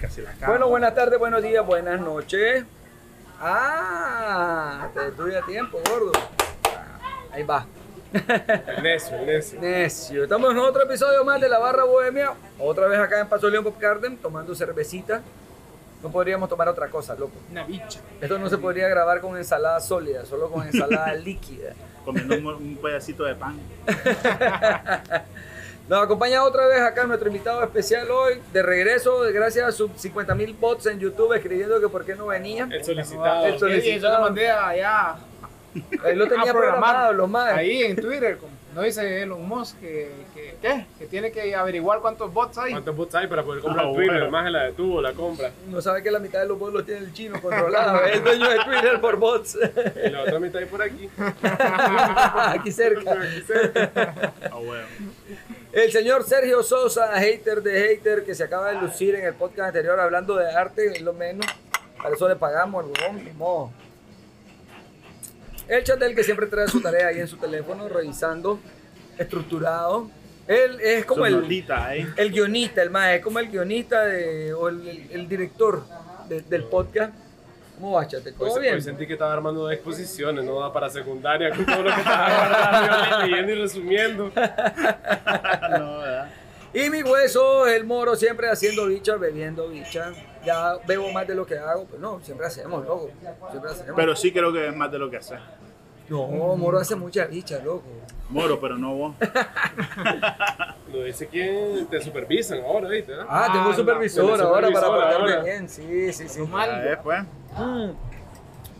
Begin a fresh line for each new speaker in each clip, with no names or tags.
casi la acabo.
Bueno, buenas tardes, buenos días, buenas noches. Ah, te estuve a tiempo, gordo. Ahí va.
El necio, el necio.
Necio. Estamos en otro episodio más de La Barra Bohemia. Otra vez acá en Paso León Pop Garden, tomando cervecita. No podríamos tomar otra cosa, loco.
Una bicha.
Esto no se podría grabar con ensalada sólida, solo con ensalada líquida.
comiendo un, un pedacito de pan.
Nos acompaña otra vez acá nuestro invitado especial hoy, de regreso, gracias a sus 50 mil bots en YouTube escribiendo que por qué no venía.
El solicitado.
El solicitado.
Ey, Yo lo mandé allá.
Ahí lo tenía
a programar.
programado, los más.
Ahí en Twitter, como no dice Elon Musk que, que, ¿qué? que tiene que averiguar cuántos bots hay.
¿Cuántos bots hay para poder comprar
Ah,
Twitter?
bueno.
Más la detuvo, la compra.
No sabe que la mitad de los bots los tiene el chino controlado. es el dueño de Twitter por bots.
Y la otra mitad hay por aquí.
Aquí cerca.
Ah, bueno.
El señor Sergio Sosa, hater de hater, que se acaba de lucir en el podcast anterior hablando de arte, es lo menos. Para eso le pagamos al huevón, ni modo. El chatel que siempre trae su tarea ahí en su teléfono, revisando, estructurado. Él es como el,
Sonolita, ¿eh?
el guionista, el más, es como el guionista de- o el, el- el director de- del podcast. ¿Cómo va, chatel?
Hoy,
¿Todo
hoy
bien?
sentí que estaba armando dos exposiciones, no da para secundaria, con todo lo que estaba guardando, yo leyendo y resumiendo.
Ah, No, ¿verdad?
Y mi hueso, el moro, siempre haciendo bicha, bebiendo bicha. Ya bebo más de lo que hago, pues no, siempre hacemos, loco. Siempre hacemos.
Pero sí creo que es más de lo que hace.
no, moro hace mucha bicha, loco.
Moro, pero no vos.
Lo dice que te supervisan ahora, ¿viste? ¿verdad?
Ah, tengo
Ah,
un supervisor
no,
ahora para
supervisor
portarme
ahora.
bien. Sí, sí, sí.
Normal.
A ver, pues.
Mm.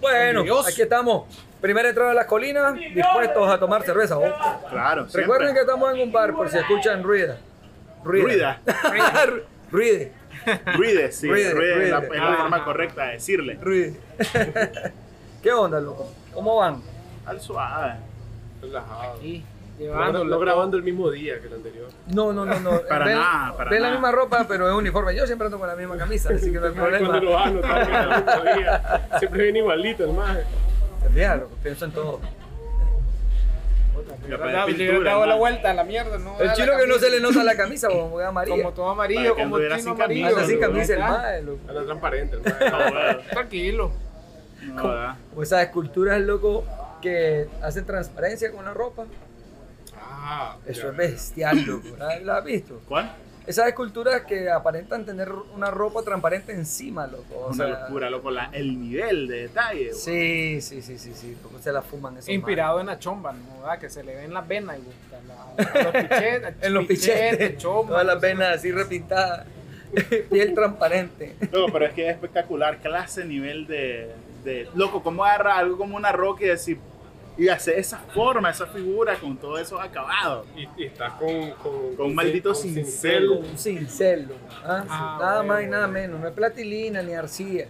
Bueno,
Envidioso.
aquí estamos. Primera entrada a las colinas, dispuestos a tomar cerveza. ¿o?
Claro, siempre.
Recuerden que estamos en un bar, por si escuchan ruida. Ruida. Ruida. Ruide.
Ruides, sí.
Ruides,
Ruides, es la,
Ruides.
es la
Ah.
forma correcta de decirle.
Ruide. ¿Qué onda, loco? ¿Cómo van?
Al suave.
Relajado.
Aquí,
No, gra-
llevándolo.
no grabando el mismo día que el anterior.
No, no, no, no.
Para nada, para
ve la
nada.
misma ropa, pero es uniforme. Yo siempre ando con la misma camisa, así que no hay
Cuando lo
problema.
hablo, está grabando todavía. siempre viene igualito el maje.
Fíjalo, pienso en todo.
Puta, le
Ya
hubiera
parece
dado- le
pintura,
hubiera dado la
hermano.
vuelta a la mierda. No
El
da
chino
la
que no
camisa.
se le nota la camisa, como muy amarilla.
Como todo
Para
amarillo,
que
como
anduviera
chino
sin camisa,
amarillo.
Anda sin
Sí,
camisa el
Ahí está.
mae, loco.
Era transparente el
No,
maje.
Ah, bueno.
Tranquilo.
No, ¿verdad?
O esas esculturas, loco, que hacen transparencia con la ropa.
Ah,
Eso
ya.
es bestial, loco. ¿La, la has visto?
¿Cuál?
Esas esculturas que aparentan tener una ropa transparente encima, loco. O
Una
sea,
locura, loco. la- el nivel de detalle. güey.
Sí, sí, sí, sí, sí. Como se la fuman esos
Inspirado en la chomba, ¿no? ¿Verdad? Que se le ven las venas. y, puta, la- los pichetes,
En los pichetes,
chomba,
todas las
no sé.
venas así repintadas, piel transparente.
Loco, pero es que es espectacular. Clase, nivel de. de- loco, cómo agarra algo como una roca y decir. Y hace esa forma, esa figura con todos esos acabados.
Y, y estás con, con,
Con un maldito
con
cincel.
Con un cincel, loco, ¿ah?
Ah,
nada
bueno,
más y nada
bueno.
menos, no es platilina ni arcilla.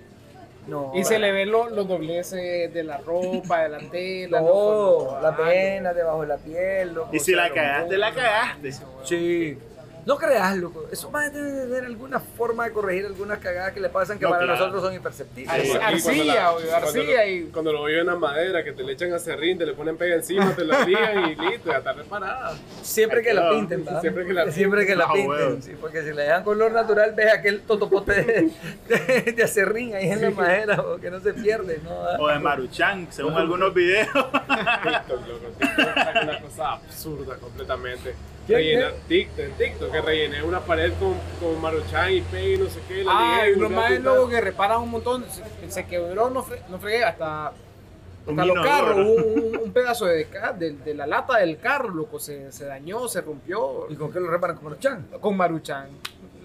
No.
Y se le ven lo- los dobleces de la ropa, de la tela.
No,
loco,
las
ah,
venas debajo de la piel, loco.
Y si
o sea,
la
lo-
cagaste, la cagaste.
Sí. No creas, loco. Eso más debe de tener alguna forma de corregir algunas cagadas que le pasan que
No,
para
claro.
nosotros son
Ar-
Sí,
imperceptibles.
aquí cuando
arcilla,
la-
obvio,
cuando
arcilla
lo-
y-
Cuando lo viven a madera, que te le echan a serrín, te le ponen pega encima, te lo ligan y listo, ya está reparada.
Siempre que la
claro.
pinten, ¿verdad?
Siempre que la pinten.
Siempre que la
Ah,
pinten.
huevo.
sí, porque si le dejan color natural, ves aquel totopote de, de, de acerrín ahí en la madera, o que no se pierde, ¿no?
O de Maruchan, según algunos videos.
TikTok, loco. TikTok es una cosa absurda completamente.
¿Quién,
Rellenar TikTok, en TikTok, que rellené una pared con, con Maruchan y pegue y no sé qué. La
Ah,
ligué,
y lo
volví a
más
pintar.
loco que reparan un montón, se, se quebró, no, fre, no fregué, hasta,
Un
hasta los
inodoro.
carros, hubo un, un pedazo de, ca- de, de la lata del carro, loco, se, se dañó, se rompió,
¿Y con qué lo reparan? ¿Con chan?
con Maruchan.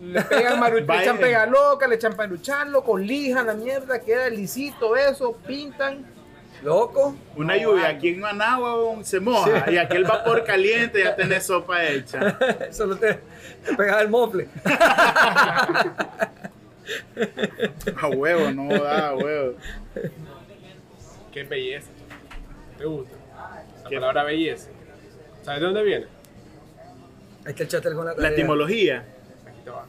Le pegan Maruchan, le
Vaya.
echan pega loca, le echan Maruchan, loco, lijan la mierda, queda lisito eso, pintan.
¿Loco?
Una lluvia aquí en Managua un- se moja y aquel vapor caliente ya tenés sopa hecha.
Solo te, te pegaba el mofle.
A huevo, no da, a huevo.
Qué belleza. ¿Te gusta? La
Qué-
palabra belleza. ¿Sabes de dónde viene?
Hay que echarte con la
La
tarea.
etimología,
Aquí te va.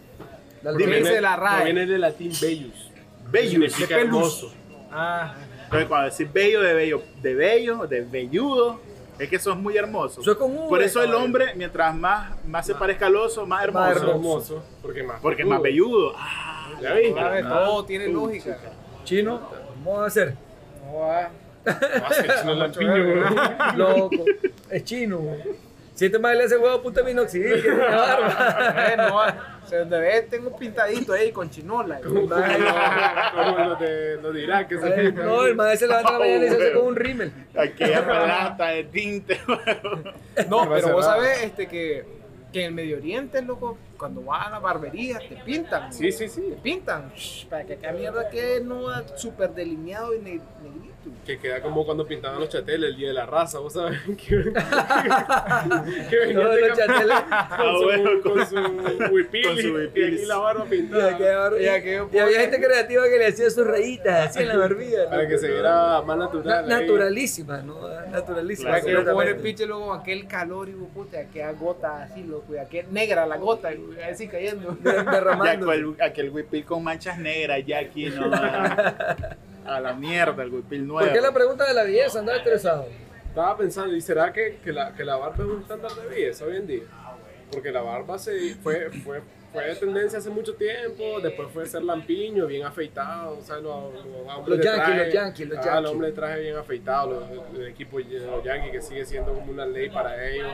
Dale,
Dime.
pues.
Dice la
no,
RAE.
viene del latín bellus.
Bellus,
Significa
de pelus.
hermoso.
Ah,
entonces cuando decís bello, de bello, de bello, de velludo, es que eso es muy hermoso.
Eso es con V,
Por eso el
cabrón.
hombre, mientras más, más se parezca al oso, más
Más
hermoso.
hermoso. Porque más
Porque es más
peludo.
velludo. Ah,
Ya vi.
Ya ves,
Ah,
todo tiene lógica.
Chino, ¿cómo va a ser?
No va.
ah, se echó el lampiño, güey.
Loco, es chino. güey. Si este mal le hace huevo puta minoxidil, que tiene barba.
Eh, no va. Se debe, tengo un pintadito ahí con chinola.
Como como los de, los de Irak, que se
Eh, No, el maestro se levanta a la mañana y se hace con un rímel.
Aquella plata de tinte, weón.
No,
Va
pero vos
cerrado.
sabés este, que, que en el Medio Oriente, loco, cuando vas a la barbería, te pintan.
Sí, sí, sí.
Te pintan. shh, Para que acá mierda quede no súper delineado y ne- negrito.
Que queda como cuando pintaban los chateles el día de la raza, vos sabés que, que venía
Todos
este
los chateles.
con, su, con su huipili,
Con su huipili.
y aquí la barba
Y aquella
pintada.
barba-
Y aquello-
y había gente creativa que le hacía sus rayitas así en la barbilla. ¿no?
Para que se viera más
Na-
natural. ahí.
naturalísima, ¿no? Naturalísima.
Para que
completamente.
muere el pinche loco con aquel calor y güey, puta, aquella gota así, loco, y aquel negra la gota, güey, así cayendo.
Der-
Ya
derramando.
aquel, aquel huipil con manchas negras, ya aquí no. A la mierda, el huipil nuevo.
¿Por qué la pregunta de la belleza? Andaba estresado.
Estaba pensando, ¿y será que, que, la, que la barba es un estándar de belleza hoy en día? Porque la barba se fue, fue, fue de tendencia hace mucho tiempo, después fue ser lampiño, bien afeitado, o sea, los, los hombres
Los
de
yankees,
traje-
los yankees, los
ah,
yankees.
hombres de traje bien afeitado, los, el equipo de los yankees que sigue siendo como una ley para ellos.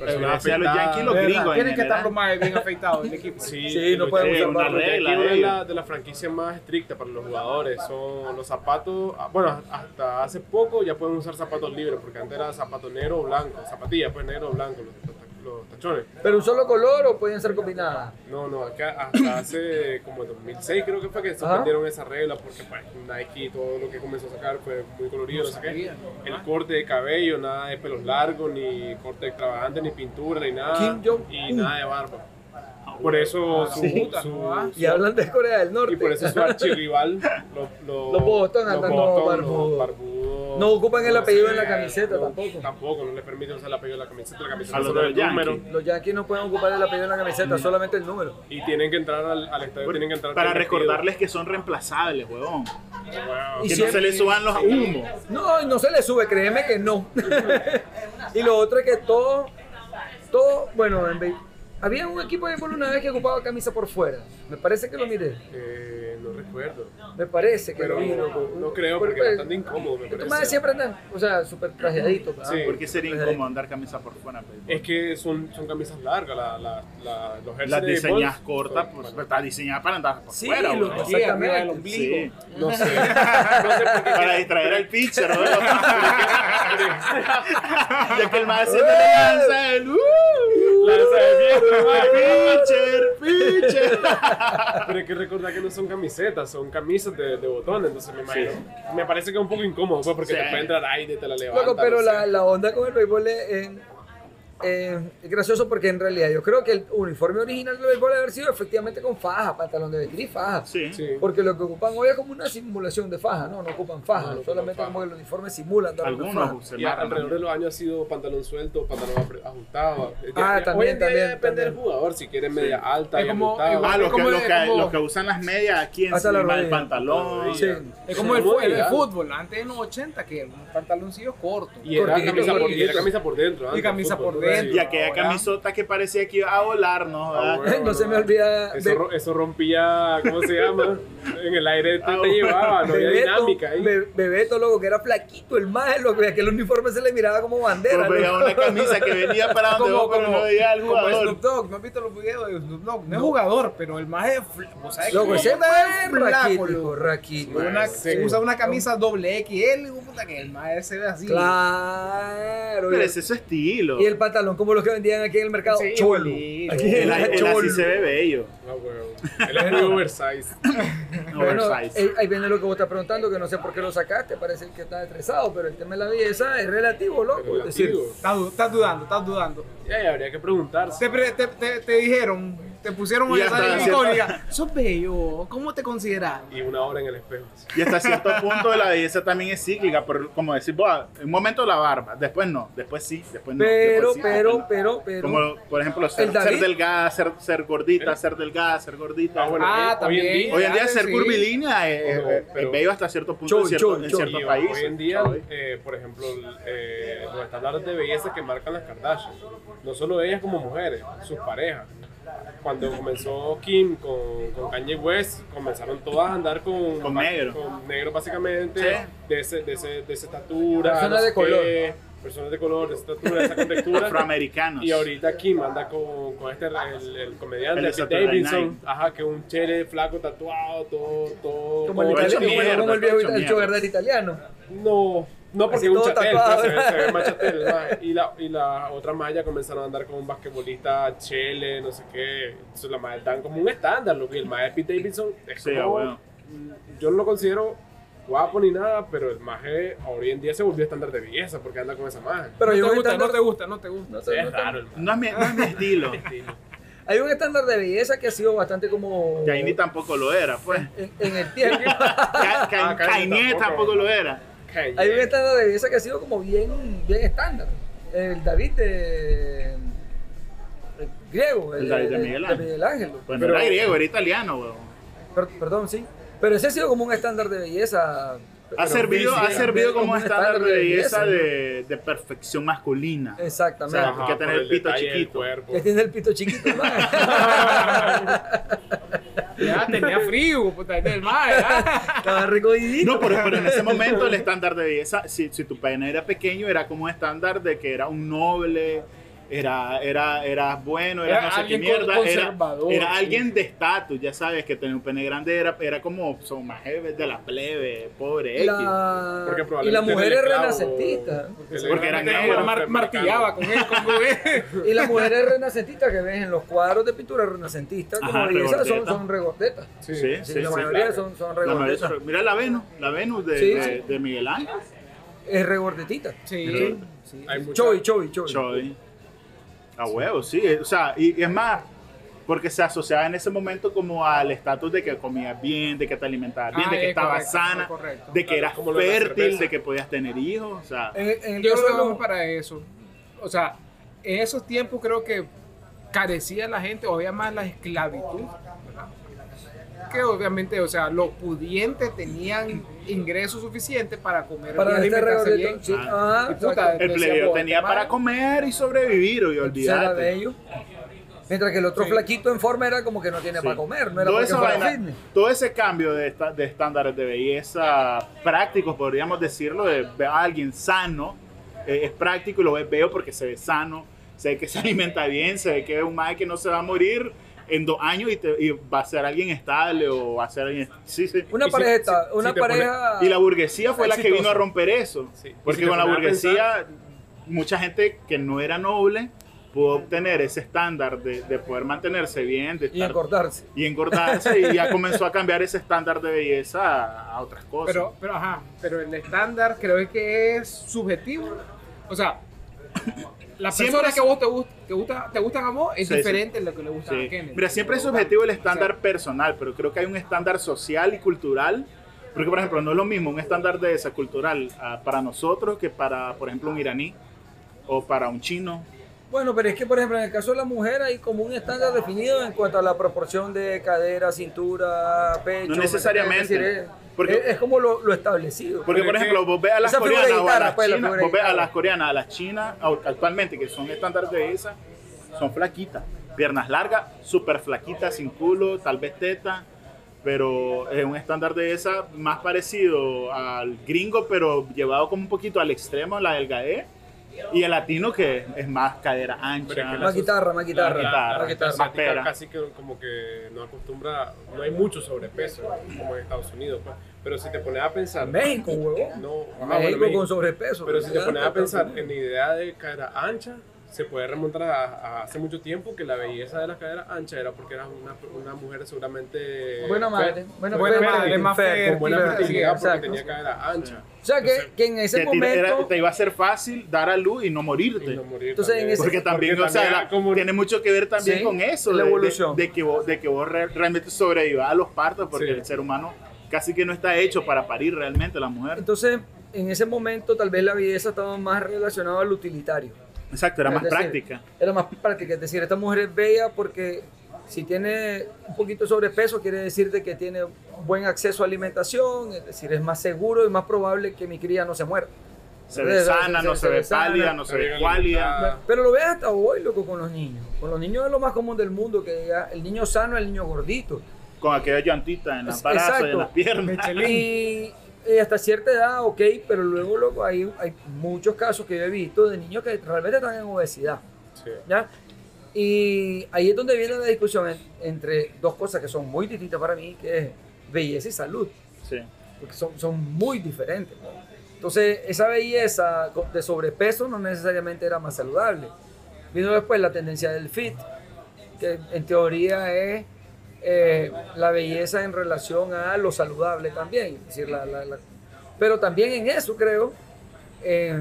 Pero
bien
gracias a los
afeitadas.
yankees los gringos. en
Tienen que estar
general.
los más bien afeitados el equipo.
Pues, Sí,
Sí, no
los
podemos
yankees-
usar barba.
los yankees
Regla de
es
ellos.
la, de la franquicia más estricta para los jugadores. Son los zapatos, ah, bueno, hasta hace poco ya pueden usar zapatos libres, porque antes era zapato negro o blanco, zapatillas pues negro o blanco, los, los- los tachones.
¿Pero un solo color o pueden ser combinadas?
No, no, acá hasta hace como 2006 creo que fue que suspendieron esa regla porque pues, Nike y todo lo que comenzó a sacar fue muy colorido, no sé qué.
sabía, ¿no?
El corte de cabello, nada de pelos largos, ni corte extravagante, ni pintura, ni nada.
Kim Jong-un.
Y nada de barba. Por eso su,
sí.
su- su-
Y hablan de Corea del Norte.
y por eso su archirrival, los los
Los Boston andan todos
Boston,
barbudos.
los barbudos.
No ocupan el apellido en la
Sí,
camiseta
no,
tampoco.
Tampoco, no le permiten usar el apellido en la camiseta. La camiseta
A los
solo
de
el
los
número.
Yankees.
Los yankees no pueden ocupar el apellido en la camiseta, solamente el número.
Y tienen que entrar al, al estadio, tienen que entrar.
Para
bien
recordarles que son reemplazables, huevón.
vestidos. Wow.
Y
Que no
siempre-
se les suban los humos.
No, y no se le sube, créeme que no. y lo otro es que todo, todo, bueno, en be- había un equipo de fútbol una vez que ocupaba camisa por fuera. Me parece que lo miré.
Eh, no recuerdo.
Me parece que
Pero
lo vi,
no,
loco.
no creo porque
Pero, pues,
bastante incómodo me
Estos
parece.
maes siempre andan, o sea, súper trajeaditos. ¿verdad?
Sí. eh,
Porque sería
Pues, eh,
incómodo andar camisa por fuera. pues.
Es que son, son camisas largas, la, la, la- los jerseys
Las
de béisbol
diseñas
son-
cortas, pues pero está diseñada para andar por
Sí,
fuera.
lo-
huevón.
Aquí, arriba del
Exactamente.
ombligo.
Sí.
No sé. No sé por qué.
Para distraer al pitcher, huevón. ya que el más haciendo la danza, el uh,
Lanza de mierda, man.
pitcher, pitcher.
Pero hay que recordar que no son camisetas, son camisas de, de botón, entonces me imagino. Me parece que es un poco incómodo, pues, porque
Sí.
te puede entrar aire, te la levanta.
Loco, pero
no
la,
sé.
la onda con el béisbol es, eh, eh, es gracioso porque en realidad yo creo que el uniforme original del béisbol debe haber sido efectivamente con faja, pantalón de vestir y faja.
Sí.
Sí.
Porque lo que ocupan hoy es como una simulación de faja, no, no ocupan faja,
No, no ocupan
solamente
faja.
como que el uniforme simula andar con faja.
Algunos se
Y
marran.
alrededor de los años ha sido pantalón suelto, pantalón apre- ajustado. Eh,
Ah,
Ya- ya-
también,
Hoy en día ya
también,
depende del
también.
jugador, si quiere media alta
Es
y
como-
ajustada.
Ah, los que,
¿Cómo es?
los, que,
¿Cómo?
los que usan las medias aquí
Hasta la
encima del
rodilla.
pantalón.
Sí.
Es como el,
Muy
fu- el
legal.
fútbol, antes en los 80, que era un pantaloncillo corto.
Y era
Cortito,
camisa por, y era
cortito.
camisa por dentro. antes,
camisa
fútbol,
por
¿no?
dentro.
Sí.
Y aquella
Ahora-
camisota que parecía que iba a volar, ¿no?
Ah,
¿Verdad?
huevo,
No se me
no.
olvida
Eso,
de-
ro- eso rompía, ¿cómo se llama? en el aire te,
Ah,
te
bueno.
llevaba, no había
Bebeto,
dinámica ahí.
Be- Bebeto, loco, que era flaquito, el más loco, que aquel uniforme se le miraba como bandera.
Pero veía
loco.
una camisa que venía para donde vos, pero no veía al
como Snoop
jugador.
Dogg, ¿no has visto los videos de Snoop Dogg? No, es jugador, pero el más es fl- o sea, es
Loco,
que
ese
el mae
más
es
raquito,
flaco, loco.
loco, raquito.
Una-
Sí.
Usa una camisa doble XL, hijo puta, que el más se ve así.
Claro.
Pero
y-
ese es su estilo.
Y el pantalón, como los que vendían aquí en el mercado.
Sí,
cholo.
bonito.
Aquí
El,
era
el así se ve bello.
Ah, huevo. Él es muy oversized.
Bueno,
Oversize.
eh, ahí viene lo que vos estás preguntando, que no sé por qué lo sacaste, parece que estás estresado, pero el tema de la belleza es relativo, loco.
Relativo.
Es decir,
Estás, du- estás dudando, estás dudando.
Ya, ya habría que preguntarse.
Te, pre- te, te- te dijeron, te pusieron
Y
una
hasta
esa
cierto-
icónica. Sos bello, ¿cómo te consideras?
Y una hora en el espejo.
Y hasta cierto punto de la belleza también es cíclica, pero como decís vos, en un momento la barba, después no, después sí, después no.
pero,
después sí,
pero,
después no.
pero, pero.
Como por ejemplo ser,
El David.
ser delgada, ser, ser gordita, ser delgada, ser gordita.
Ah, bueno,
Ah,
hoy, hoy en
también.
día.
Hoy en día
sí.
ser curvilínea eh, es, es-
Ojo,
es
pero-
bello hasta cierto punto
Chau,
en cierto,
chau,
en
chau.
ciertos
Y
países.
eh, Hoy en día,
Chau.
eh, por ejemplo, eh, los estándares de belleza que marcan las Kardashian, no solo ellas como mujeres, sus parejas. cuando comenzó Kim con, con Kanye West, comenzaron todas a andar con,
Con negro.
con negro básicamente,
Sí.
de, ese, de, ese, de esa estatura.
Personas
sé
de color.
qué, personas de color, de esa estatura, de esa contextura.
afroamericanos.
Y ahorita Kim anda con, con este, el, el comediante,
El de
Pete
Saturday Night.
Davidson, ajá, que un chele flaco tatuado, todo, todo.
Como el,
todo
italiano,
hecho
como-
mierda.
como el viejo
hecho
el
mierda.
sugar daddy italiano.
No, no porque
Así
es un
todo
chatel,
tapado,
pues, se, ve,
¿verdad?
se ve más chatel. ¿no? Y, la, y la otra malla comenzaron a andar con un basquetbolista chele, no sé qué. Entonces, la malla dan como un estándar, lo que el maje Pete Davidson es
Sí,
como- mm,
ah, bueno.
Yo no lo considero guapo ni nada, pero el maje hoy en día se volvió estándar de belleza porque anda con esa maje.
Pero hay
no
un
te gusta,
estándar-
no te gusta, no te gusta.
no te- no
Es
te-
raro el maje.
No es mi, no es mi estilo.
Hay un estándar de belleza que ha sido bastante como.
Y ahí ni tampoco lo era, pues.
en, en el tiempo.
Ca- Ca-
Ah, Kanye
Kanye
tampoco.
tampoco lo era.
Kanye.
Hay un estándar de belleza que ha sido como bien, bien estándar. El David de. el griego.
El David de Miguel Ángel.
Ángel.
Pues no
Pero-
era griego, era italiano, weón.
Per- perdón, sí. Pero ese ha sido como un estándar de belleza.
Ha
pero
servido,
bien,
ha
sí,
servido como
un
estándar de belleza
¿no?
de, de perfección masculina.
Exactamente.
O sea, porque tener
por
el pito
detalle del
chiquito.
cuerpo.
que tiene el pito chiquito, ¿no?
Ya tenía frío, puta, este ahí del mar, ya.
Estaba recogidito.
No, pero, pero en ese momento el estándar de belleza, si, si tu pene era pequeño, era como un estándar de que era un noble, era, era, era bueno, era,
Era
no sé qué
alguien
mierda, era,
con- conservador,
era
sí.
alguien de estatus, ya sabes, que tener un pene grande era, era como son más jefes de la plebe, pobre X.
La-
Porque
Y la
probablemente
mujer
era
es
esclavo,
renacentista.
que le-
Porque eran
Mar-
negros,
mar- martillaba con él, con Gobé.
Y las mujeres renacentistas que ves en los cuadros de pintura renacentista, como
Ajá,
belleza, son,
regordeta.
son regordetas.
Sí,
Sí,
Sí, la mayoría
claro.
son, son
La mayoría
regordetas.
son- mira la Venus, la Venus de,
Sí,
de-
sí.
de Miguel Ángel.
Es regordetita.
Sí.
Sí.
Hay mucha-
Choy, choy, choy.
Choy. A huevo, sí. eh, O sea, y, y es más, porque se asociaba en ese momento como al estatus de que comías bien, de que te alimentabas bien,
Ah,
de que
es
estabas
correcto,
sana,
es correcto.
de que eras
Como lo de la
fértil,
cerveza.
de que podías tener hijos. O sea,
En, en el
Yo
caso
creo
de
que
los-
vamos para eso. O sea, en esos tiempos creo que carecía la gente, o había más la esclavitud, ¿verdad? que obviamente, o sea, los pudientes tenían ingresos suficientes para comer
para
bien,
este
alimentarse
regordeta.
bien.
Sí.
Ah.
Ah,
Y puta,
exacto.
el
decía,
plebeyo
"Vos,
tenía
este man,
para comer y sobrevivir, y
Era
olvidate.
bello. Mientras que el otro
Sí.
flaquito en forma era como que no tiene
Sí.
para comer, no era
Toda
porque
esa
fuera
vaina-
fitness.
todo ese cambio de, esta- de estándares de belleza prácticos, podríamos decirlo, de ver a alguien sano, eh, es práctico y lo ves veo porque se ve sano, se ve que se alimenta bien, se ve que es un mae que no se va a morir en dos años y, te- y va a ser alguien estable o va a ser alguien... Sí, sí.
Una
Y si-
pareja, esta-
si- si
una
te pone-
pareja
Y la burguesía fue la que
Exitosa.
vino a romper eso.
Sí. Y
Porque
si te
con la
pones a
burguesía, mucha gente que no era noble pudo obtener ese estándar de, de poder mantenerse bien, de
y
estar
engordarse.
y engordarse y ya comenzó a cambiar ese estándar de belleza a, a otras cosas.
Pero, pero, ajá, pero el estándar creo que es subjetivo. O sea, las
Siempre
personas
es-
que vos te, gust- que gusta, te gustan a vos es
Sí, sí.
diferente de lo que le gusta
Sí.
a Kennedy.
Mira, siempre es subjetivo el estándar personal, pero creo que hay un estándar social y cultural. Porque, por ejemplo, no es lo mismo un estándar de esa cultural ah, para nosotros que para, por ejemplo, un iraní o para un chino.
Bueno, pero es que, por ejemplo, en el caso de la mujer hay como un estándar definido en cuanto a la proporción de cadera, cintura, pecho.
No necesariamente,
Es, decir, es-
porque-
es- es como lo, lo establecido.
Porque, por
Pero es
ejemplo,
que
vos ves a las
esa figura
coreanas
de
o a
guitarra,
las
pues, la
chinas,
figura de
vos ves a
guitarra.
las coreanas, a las chinas au- actualmente, que son estándar de belleza, son flaquitas, piernas largas, súper flaquitas, sin culo, tal vez teta, pero es un estándar de esa más parecido al gringo, pero llevado como un poquito al extremo, la delgadez, y el latino que es más cadera ancha.
Pero es que la
Más guitarra, más guitarra.
La- la-
más
la gente
guitarra.
asiática
Rapera.
casi que como que no acostumbra, no hay mucho sobrepeso como en Estados Unidos, pues. pero si te pones a pensar,
México, huevón.
no, ah, bueno,
México
México.
con sobrepeso.
pero si te
¿verdad?
pones a pensar en la idea de cadera ancha, se puede remontar a, a hace mucho tiempo que la belleza de las caderas anchas era porque eras una, una mujer seguramente
Buena madre,
eh, fue-
buena,
Buena
buena
madre,
fértil,
más
fértil,
con buena
fértil,
fertilidad porque
exacto.
tenía cadera ancha.
O sea, que, que en ese
que a ti era-
momento...
te iba a ser fácil dar a luz y no morirte.
Y no morir
Entonces, en
también.
ese-
Porque también, o sea,
también
la-
como-
tiene mucho que ver también
Sí,
con eso,
la
de, de-
evolución.
de que vos, de que vos re- realmente sobrevivas a los partos, porque
Sí.
el ser humano casi que no está hecho para parir realmente la mujer.
Entonces, en ese momento tal vez la belleza estaba más relacionada al utilitario.
Exacto, era
Es
más
decir,
práctica.
Era más práctica, es decir, esta mujer es bella porque si tiene un poquito de sobrepeso, quiere decir de que tiene buen acceso a alimentación, es decir, es más seguro y más probable que mi cría no se muera.
Se ve sana, no se ve pálida, no se ve cuálida.
Ah.
Pero lo ves hasta hoy, loco, con los niños. Con los niños es lo más común del mundo, que ya el niño sano es el niño gordito.
Con aquella llantita en las
Es-
brazos y
exacto.
en las piernas.
Y, y eh, hasta cierta edad, ok, pero luego, loco, hay, hay muchos casos que yo he visto de niños que realmente están en obesidad.
Sí.
¿ya? Y ahí es donde viene la discusión en- entre dos cosas que son muy distintas para mí, que es belleza y salud,
Sí.
porque son, son muy diferentes. ¿no? Entonces, esa belleza co- de sobrepeso no necesariamente era más saludable. Vino después la tendencia del fit, que en teoría es eh, la belleza en relación a lo saludable también. es decir, la- la- la- pero también en eso, creo, eh,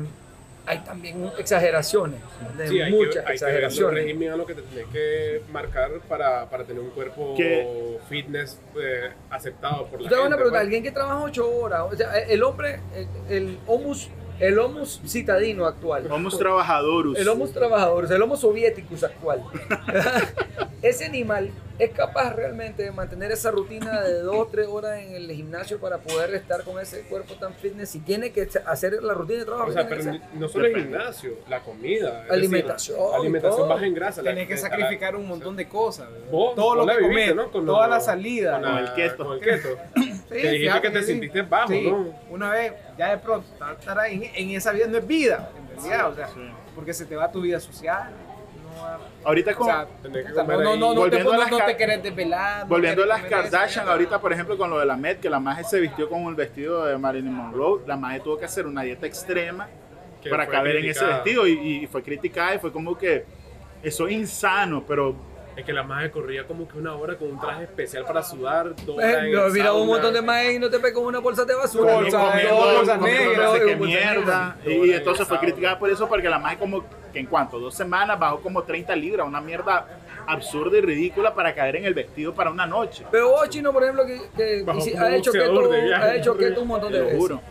hay también exageraciones, de
Sí, hay que-
muchas
hay que,
exageraciones.
ver el régimen a lo que te tenés que marcar para, para tener un cuerpo
Que-
fitness eh, aceptado por la
Yo te hago una
gente,
pregunta,
pues.
alguien que trabaja ocho horas, o sea, el hombre, el, el homus, el homus citadino actual.
Somos trabajadorus.
El homo trabajador, o sea, el homo soviéticus actual. Ese animal es capaz realmente de mantener esa rutina de dos, tres horas en el gimnasio para poder estar con ese cuerpo tan fitness. Si tiene que hacer la rutina de trabajo,
O
que
sea,
tiene
pero
que hacer.
ni- no solo el
Depende.
gimnasio, la comida. es
Alimentación,
decir, alimentación
todo.
baja en grasa. la- eh,
Tenés que
la-
sacrificar un montón de cosas. ¿verdad?
Vos-
todo lo
vos la
que
viviste,
comes,
¿no? Con
toda
lo-
la salida.
con la-
el keto.
Con el keto.
Sí,
que dijiste
fíjate
que te
sí.
sentiste bajo,
Sí,
¿no?
Una vez, ya de pronto, estar- estar ahí en, en esa vida no es vida, en realidad, o sea,
Sí.
porque se te va tu vida social. no va-
Ahorita
o
con,
sea,
Tenés que
puta,
comer
no, no,
ahí.
no, no te,
Volviendo a
no,
las
no te
Kar-
querés desvelar. no
Volviendo a
querés
las
comer eso,
Kardashian,
¿no?
ahorita por ejemplo con lo de la Met, que la maje se vistió con el vestido de Marilyn Monroe, la maje tuvo que hacer una dieta extrema
Que
para
fue
caber en
criticada.
ese vestido y, y fue criticada y fue como que eso es insano, pero
Es que la madre corría como que una hora con un traje especial para sudar. dos
Eh,
horas en
yo
el
he mirado un
sauna.
montón de maes y no te pegas con una bolsa de basura.
comió-
Bolsa de
comiendo
oro, bolsa
comiendo
negra,
no sé qué
bolsa
negra.
mierda y, y entonces fue criticada por eso porque la maje como que en cuanto dos semanas bajó como 30 libras, una mierda absurda y ridícula para caer en el vestido para una noche.
Pero vos, Chino, por ejemplo, que, que
Bajo
hici-
como
ha, hecho
boxeador
keto,
de viaje,
ha hecho
hombre.
keto un montón
Te
de
lo
veces.
juro.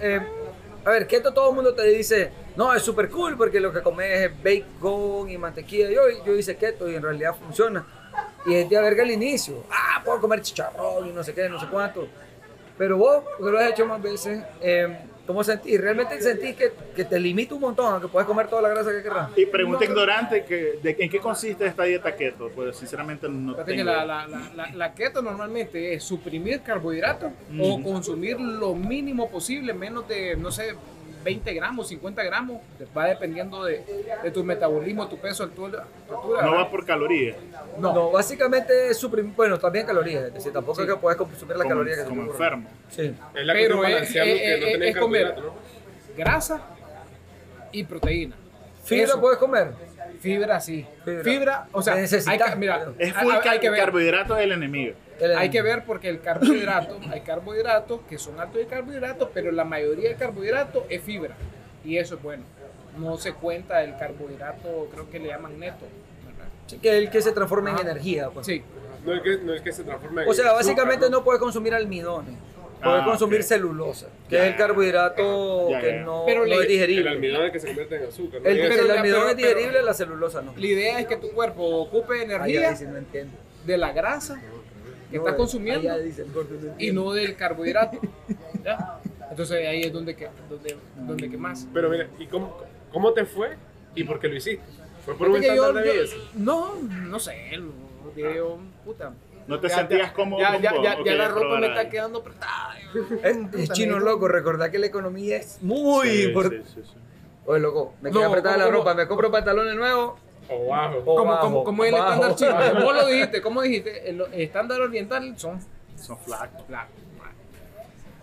Eh, a ver, keto todo el mundo te dice, no, es súper cool porque lo que comes es bacon y mantequilla. Yo, yo hice keto y en realidad funciona. Y es de verga al inicio. Ah, puedo comer chicharrón y no sé qué, no sé cuánto. Pero vos, que lo has hecho más veces, eh, ¿cómo sentís? ¿Realmente sentís que, que te limita un montón, aunque puedes comer toda la grasa que querrás?
Y pregunta ignorante, que, de, ¿en qué consiste esta dieta keto? Pues sinceramente no
Fíjate que
tengo...
la, la, la, la- la keto normalmente es suprimir carbohidratos
Ujú.
o consumir lo mínimo posible, menos de, no sé, 20 gramos, 50 gramos, va dependiendo de, de tu metabolismo, tu peso, altura. altura,
No
¿verdad?
va por calorías.
No, básicamente es suprimir, bueno, también calorías, es decir, tampoco es que puedes consumir las
como,
calorías que se
como
te ocurran.
enfermo.
Sí.
Es la cuestión
Pero
eh,
es-
balancear lo que
es-
no
es-
tenés
es comer.
carbohidrato,
grasa y proteína.
¿Fibra
Eso.
puedes comer?
Fibra sí.
Fibra.
Fibra, o sea,
Necesitas.
hay que, mira,
Es
hay-
full
hay, hay que ver.
carbohidrato del enemigo.
Hay que ver porque el carbohidrato, hay carbohidratos que son altos de carbohidratos, pero la mayoría de carbohidratos es fibra. Y eso es bueno. No se cuenta el carbohidrato, creo que le llaman neto. ¿verdad?
Sí, que el que se transforma en energía. pues.
Sí,
¿no? No es que, no es que se transforme en
O sea,
azúcar,
básicamente no puedes consumir almidones, puedes
Ah,
consumir
ok.
celulosa, que
Ya,
es el carbohidrato
ya, ya,
que
ya.
no,
Pero
no
le-
es
El
digerible. El,
almidón es que se convierte en azúcar. ¿no?
el
Y es-
pero la-
almidón
pero-
es digerible,
pero-
la celulosa no.
la idea es que tu cuerpo ocupe
Allá
energía
dice, no entiendo.
de la grasa que
No,
está consumiendo
allá dice, el gordo no
y
entiende.
no del carbohidrato. ¿ya? Entonces ahí es donde, que- donde, donde que más.
Pero mira, ¿y cómo, cómo te fue y por qué lo hiciste? ¿Fue por un
Fíjate que yo-
estándar de
yo-
belleza?
no, no sé, no, diría yo, puta.
¿No te sentías cómodo
Ya,
con
ya,
vos?
ya,
Ok,
ya la
ya
ropa
probará
me
ahí.
está quedando apretada.
Es- Es chino loco, recordad que la economía es muy
Sí,
importante.
sí, sí, sí.
Oye, loco, me
No,
queda apretada la
¿cómo,
ropa,
cómo?
me compro pantalones nuevos.
O bajo.
o
Como,
bajo,
como, como el
bajo.
estándar chino. Vos lo dijiste, ¿cómo dijiste? El estándar oriental son
Son flacos.
blancos.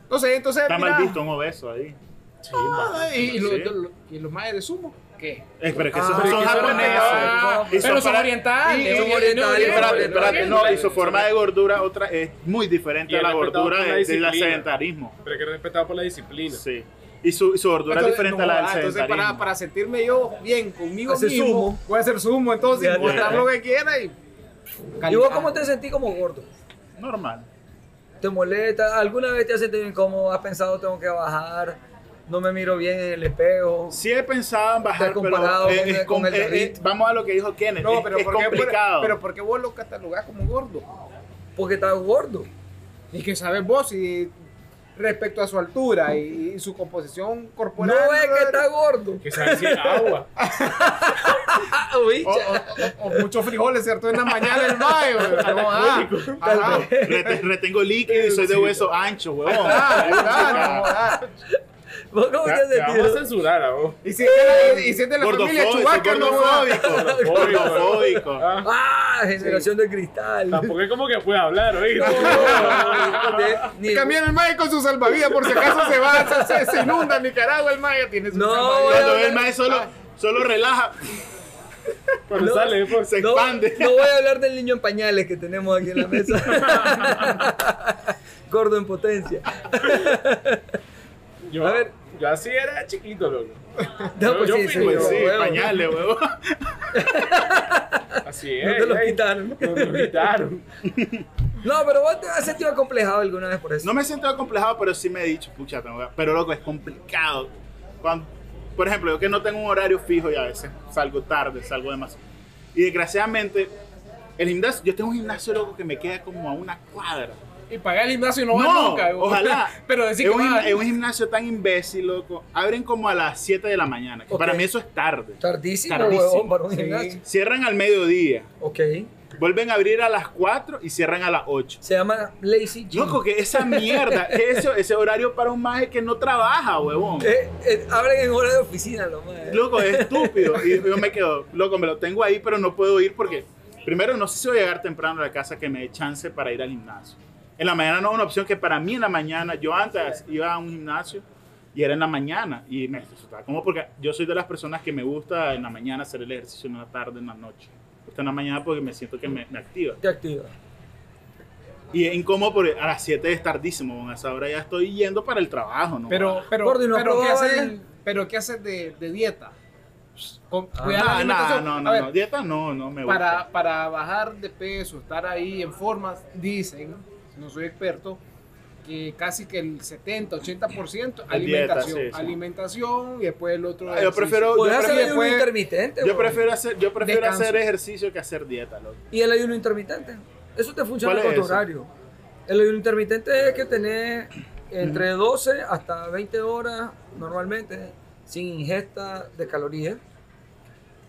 Entonces, entonces.
Está mal
mira,
visto un obeso ahí.
ah, Y los
Sí.
lo, y los maes de sumo, ¿qué?
Eh, pero es que
Ah,
esos
pero
son
es que son
japoneses.
Ah,
Y
pero son
para-
orientales.
y- y-
son
y-
orientales,
Espérate,
orientales.
espérate. No, y su forma de gordura otra es muy diferente
Y
a la
el apretado
gordura
por la
de- del
disciplina.
sedentarismo.
Pero que es respetado por la disciplina.
Sí. Y su, y su gordura es
Entonces,
diferente a
no,
la del
ah, entonces
sedentarismo.
para, para sentirme yo bien conmigo
Hacer
mismo,
sumo.
voy a hacer sumo, entonces,
Ya, ya.
botar lo que quiera y...
¿Y vos cómo te sentís como gordo?
Normal.
¿Te molesta? ¿Alguna vez te has sentido incómodo? ¿Has pensado tengo que bajar? ¿No me miro bien en el espejo?
Sí he pensado en bajar,
comparado
pero es-
con
es
el- con
com-
el
es-
David.
es- vamos a lo que dijo Kenneth.
No,
es-
pero,
es
¿por qué-
complicado.
pero ¿por qué vos lo catalogás como gordo?
Porque estás gordo.
Es que sabes vos si respecto a su altura y, y su composición
No
corporal.
es que
brother.
está gordo.
Que sea sin agua.
Ah, uy,
O,
cha-
o- o- o muchos frijoles, ¿cierto? En la mañana el mayo. ah,
Tal vez.
Rete- retengo líquido y soy de hueso ancho, huevón.
ah,
¿Vos cómo
Te
te
te vamos a
sentido?
censurar a vos.
Y si es de la, y si es de la familia
Gordofóbico,
Chubaca, no ah. jodas.
gordofóbico. Gordofóbico.
Ah,
Ah, generación de cristal.
Tampoco es como que pueda hablar, oíste.
Ni-
También el mayo con su salvavidas, por si acaso se va, se, se inunda Nicaragua, el mayo tiene su
No,
salvavidas.
Cuando ve el maestro solo, solo relaja,
Cuando
No.
sale, pues. por
se
no,
expande.
no voy a hablar del niño en pañales que tenemos aquí en la mesa. Gordo en potencia.
Yo,
A ver.
yo así era chiquito, loco.
No, pues
yo
sí,
fui,
sí,
pues
no,
Pues sí,
huevo.
pañales, huevón.
Así es.
No te lo
ey.
quitaron.
No te lo quitaron.
No, pero vos te has sentido acomplejado alguna vez por eso.
No me he sentido acomplejado, pero sí me he dicho, pucha, tengo que- pero loco, es complicado. Cuando- por ejemplo, yo que no tengo un horario fijo y a veces salgo tarde, salgo demasiado. Y desgraciadamente, el gimnasio, yo tengo un gimnasio loco que me queda como a una cuadra.
Y pagar el gimnasio y no, va
No,
nunca. güey.
ojalá.
Pero decir
es,
que
un,
va. ¿eh?
gim- es un gimnasio tan imbécil, loco. Abren como a las 7 de la mañana, que
Ok.
para mí eso es tarde.
Tardísimo,
Tardísimo.
huevón, para un
Sí.
gimnasio.
Cierran al mediodía,
Ok.
vuelven a abrir a las 4 y cierran a las 8.
Se llama Lazy Gym.
Loco, que esa mierda, que ese, ese horario para un maje que no trabaja, huevón.
Eh, eh, abren en hora de oficina, lo más.
Loco, es estúpido. Y yo me quedo, loco, me lo tengo ahí, pero no puedo ir porque, primero, no sé si voy a llegar temprano a la casa que me dé chance para ir al gimnasio. En la mañana no es una opción que para mí en la mañana, yo antes iba a un gimnasio y era en la mañana y me resultaba como porque yo soy de las personas que me gusta en la mañana hacer el ejercicio, en la tarde, en la noche. Me gusta en la mañana porque me siento que me, me activa.
Te activa.
Y es incómodo porque a las 7 es tardísimo, a esa hora ya estoy yendo para el trabajo, ¿no?
Pero, pero,
Gordo, ¿y no
pero, ¿qué
probaba
haces,
el-
pero ¿qué haces de, de dieta? Con-
Ah,
cuidar la
Ah, nah,
alimentación.
no,
A
no,
ver,
no, dieta no, no me gusta.
para, para bajar de peso, estar ahí en forma, dicen, no soy experto, que casi que el 70, 80%
La dieta,
alimentación.
sí, sí.
Alimentación y después el otro.
Ah, yo prefiero-
ejercicio.
Podés
Yo
hacer
prefiero-
ayuno
pues,
intermitente.
Yo
huevón.
prefiero hacer, yo prefiero
Descanso.
hacer ejercicio que hacer dieta, loco.
Y el ayuno intermitente. Eso te funciona
¿Cuál
con
es
tu
ese?
horario. El ayuno intermitente es que tenés entre 12 hasta 20 horas normalmente sin ingesta de calorías.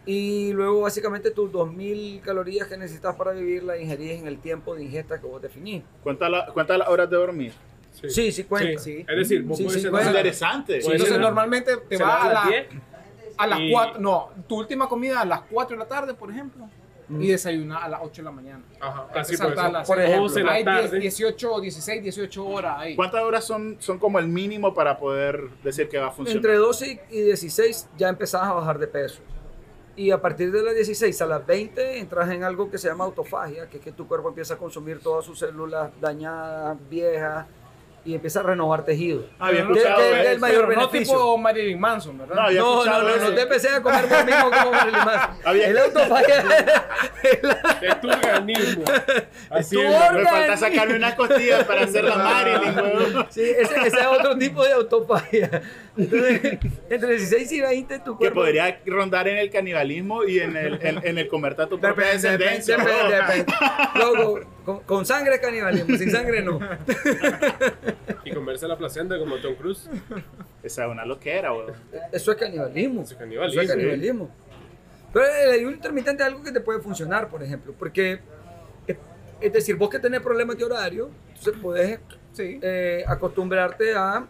Y luego básicamente tus 2.000 calorías que necesitas para vivir las ingerís en el tiempo de ingesta que vos definís.
¿Cuántas la- cuántas las horas de dormir?
Sí,
Sí, sí cuenta.
Sí, sí.
Es decir, vos
Sí,
podés
sí,
cenar-
bueno.
Interesante.
Sí.
Entonces,
Puede ser.
normalmente te
cenar
vas a,
a las
la-
10.
a las
y-
4. No, tu última comida a las 4 de la tarde, por ejemplo, y desayunar a las 8 de la mañana.
Ajá, casi por
Saltar
eso.
las-
Por ejemplo.
11 de la
Hay
tarde.
10, 18, 16, 18 horas ahí.
¿Cuántas horas son, son como el mínimo para poder decir que va a funcionar?
Entre 12 y 16 ya empezás a bajar de peso. Y a partir de las 16 a las 20 entras en algo que se llama autofagia, que es que tu cuerpo empieza a consumir todas sus células dañadas, viejas, y empieza a renovar tejido.
Ah, había
Que-
escuchado
que-
eso.
que es el mayor
Pero
beneficio.
No tipo Marilyn Manson, ¿verdad?
No, había
no, no,
escuchado
no,
eso.
no te empecé a comer lo mismo como Marilyn Manson.
Había-
El autofagia es la-
Es tu organismo. Así
tu
es.
órgano.
Me falta sacarme una costilla para hacer la Marilyn, huevón.
Sí, ese, ese es otro tipo de autofagia. Entonces, entre 16 y 20 tu
Que
cuerpo...
podría rondar en el canibalismo y en el, en, en el comerte a tu propia
Depende,
descendencia.
depende,
huevón.
depende. Luego, con, con sangre es canibalismo, sin sangre no.
Y comerse la placenta como Tom Cruise.
Esa es una loquera, huevón.
Eso es canibalismo.
Eso es
Eso
canibalismo,
es canibalismo. Pero el ayuno intermitente es algo que te puede funcionar, por ejemplo, porque es, es decir, vos que tenés problemas de horario, entonces podés
Sí.
eh, acostumbrarte a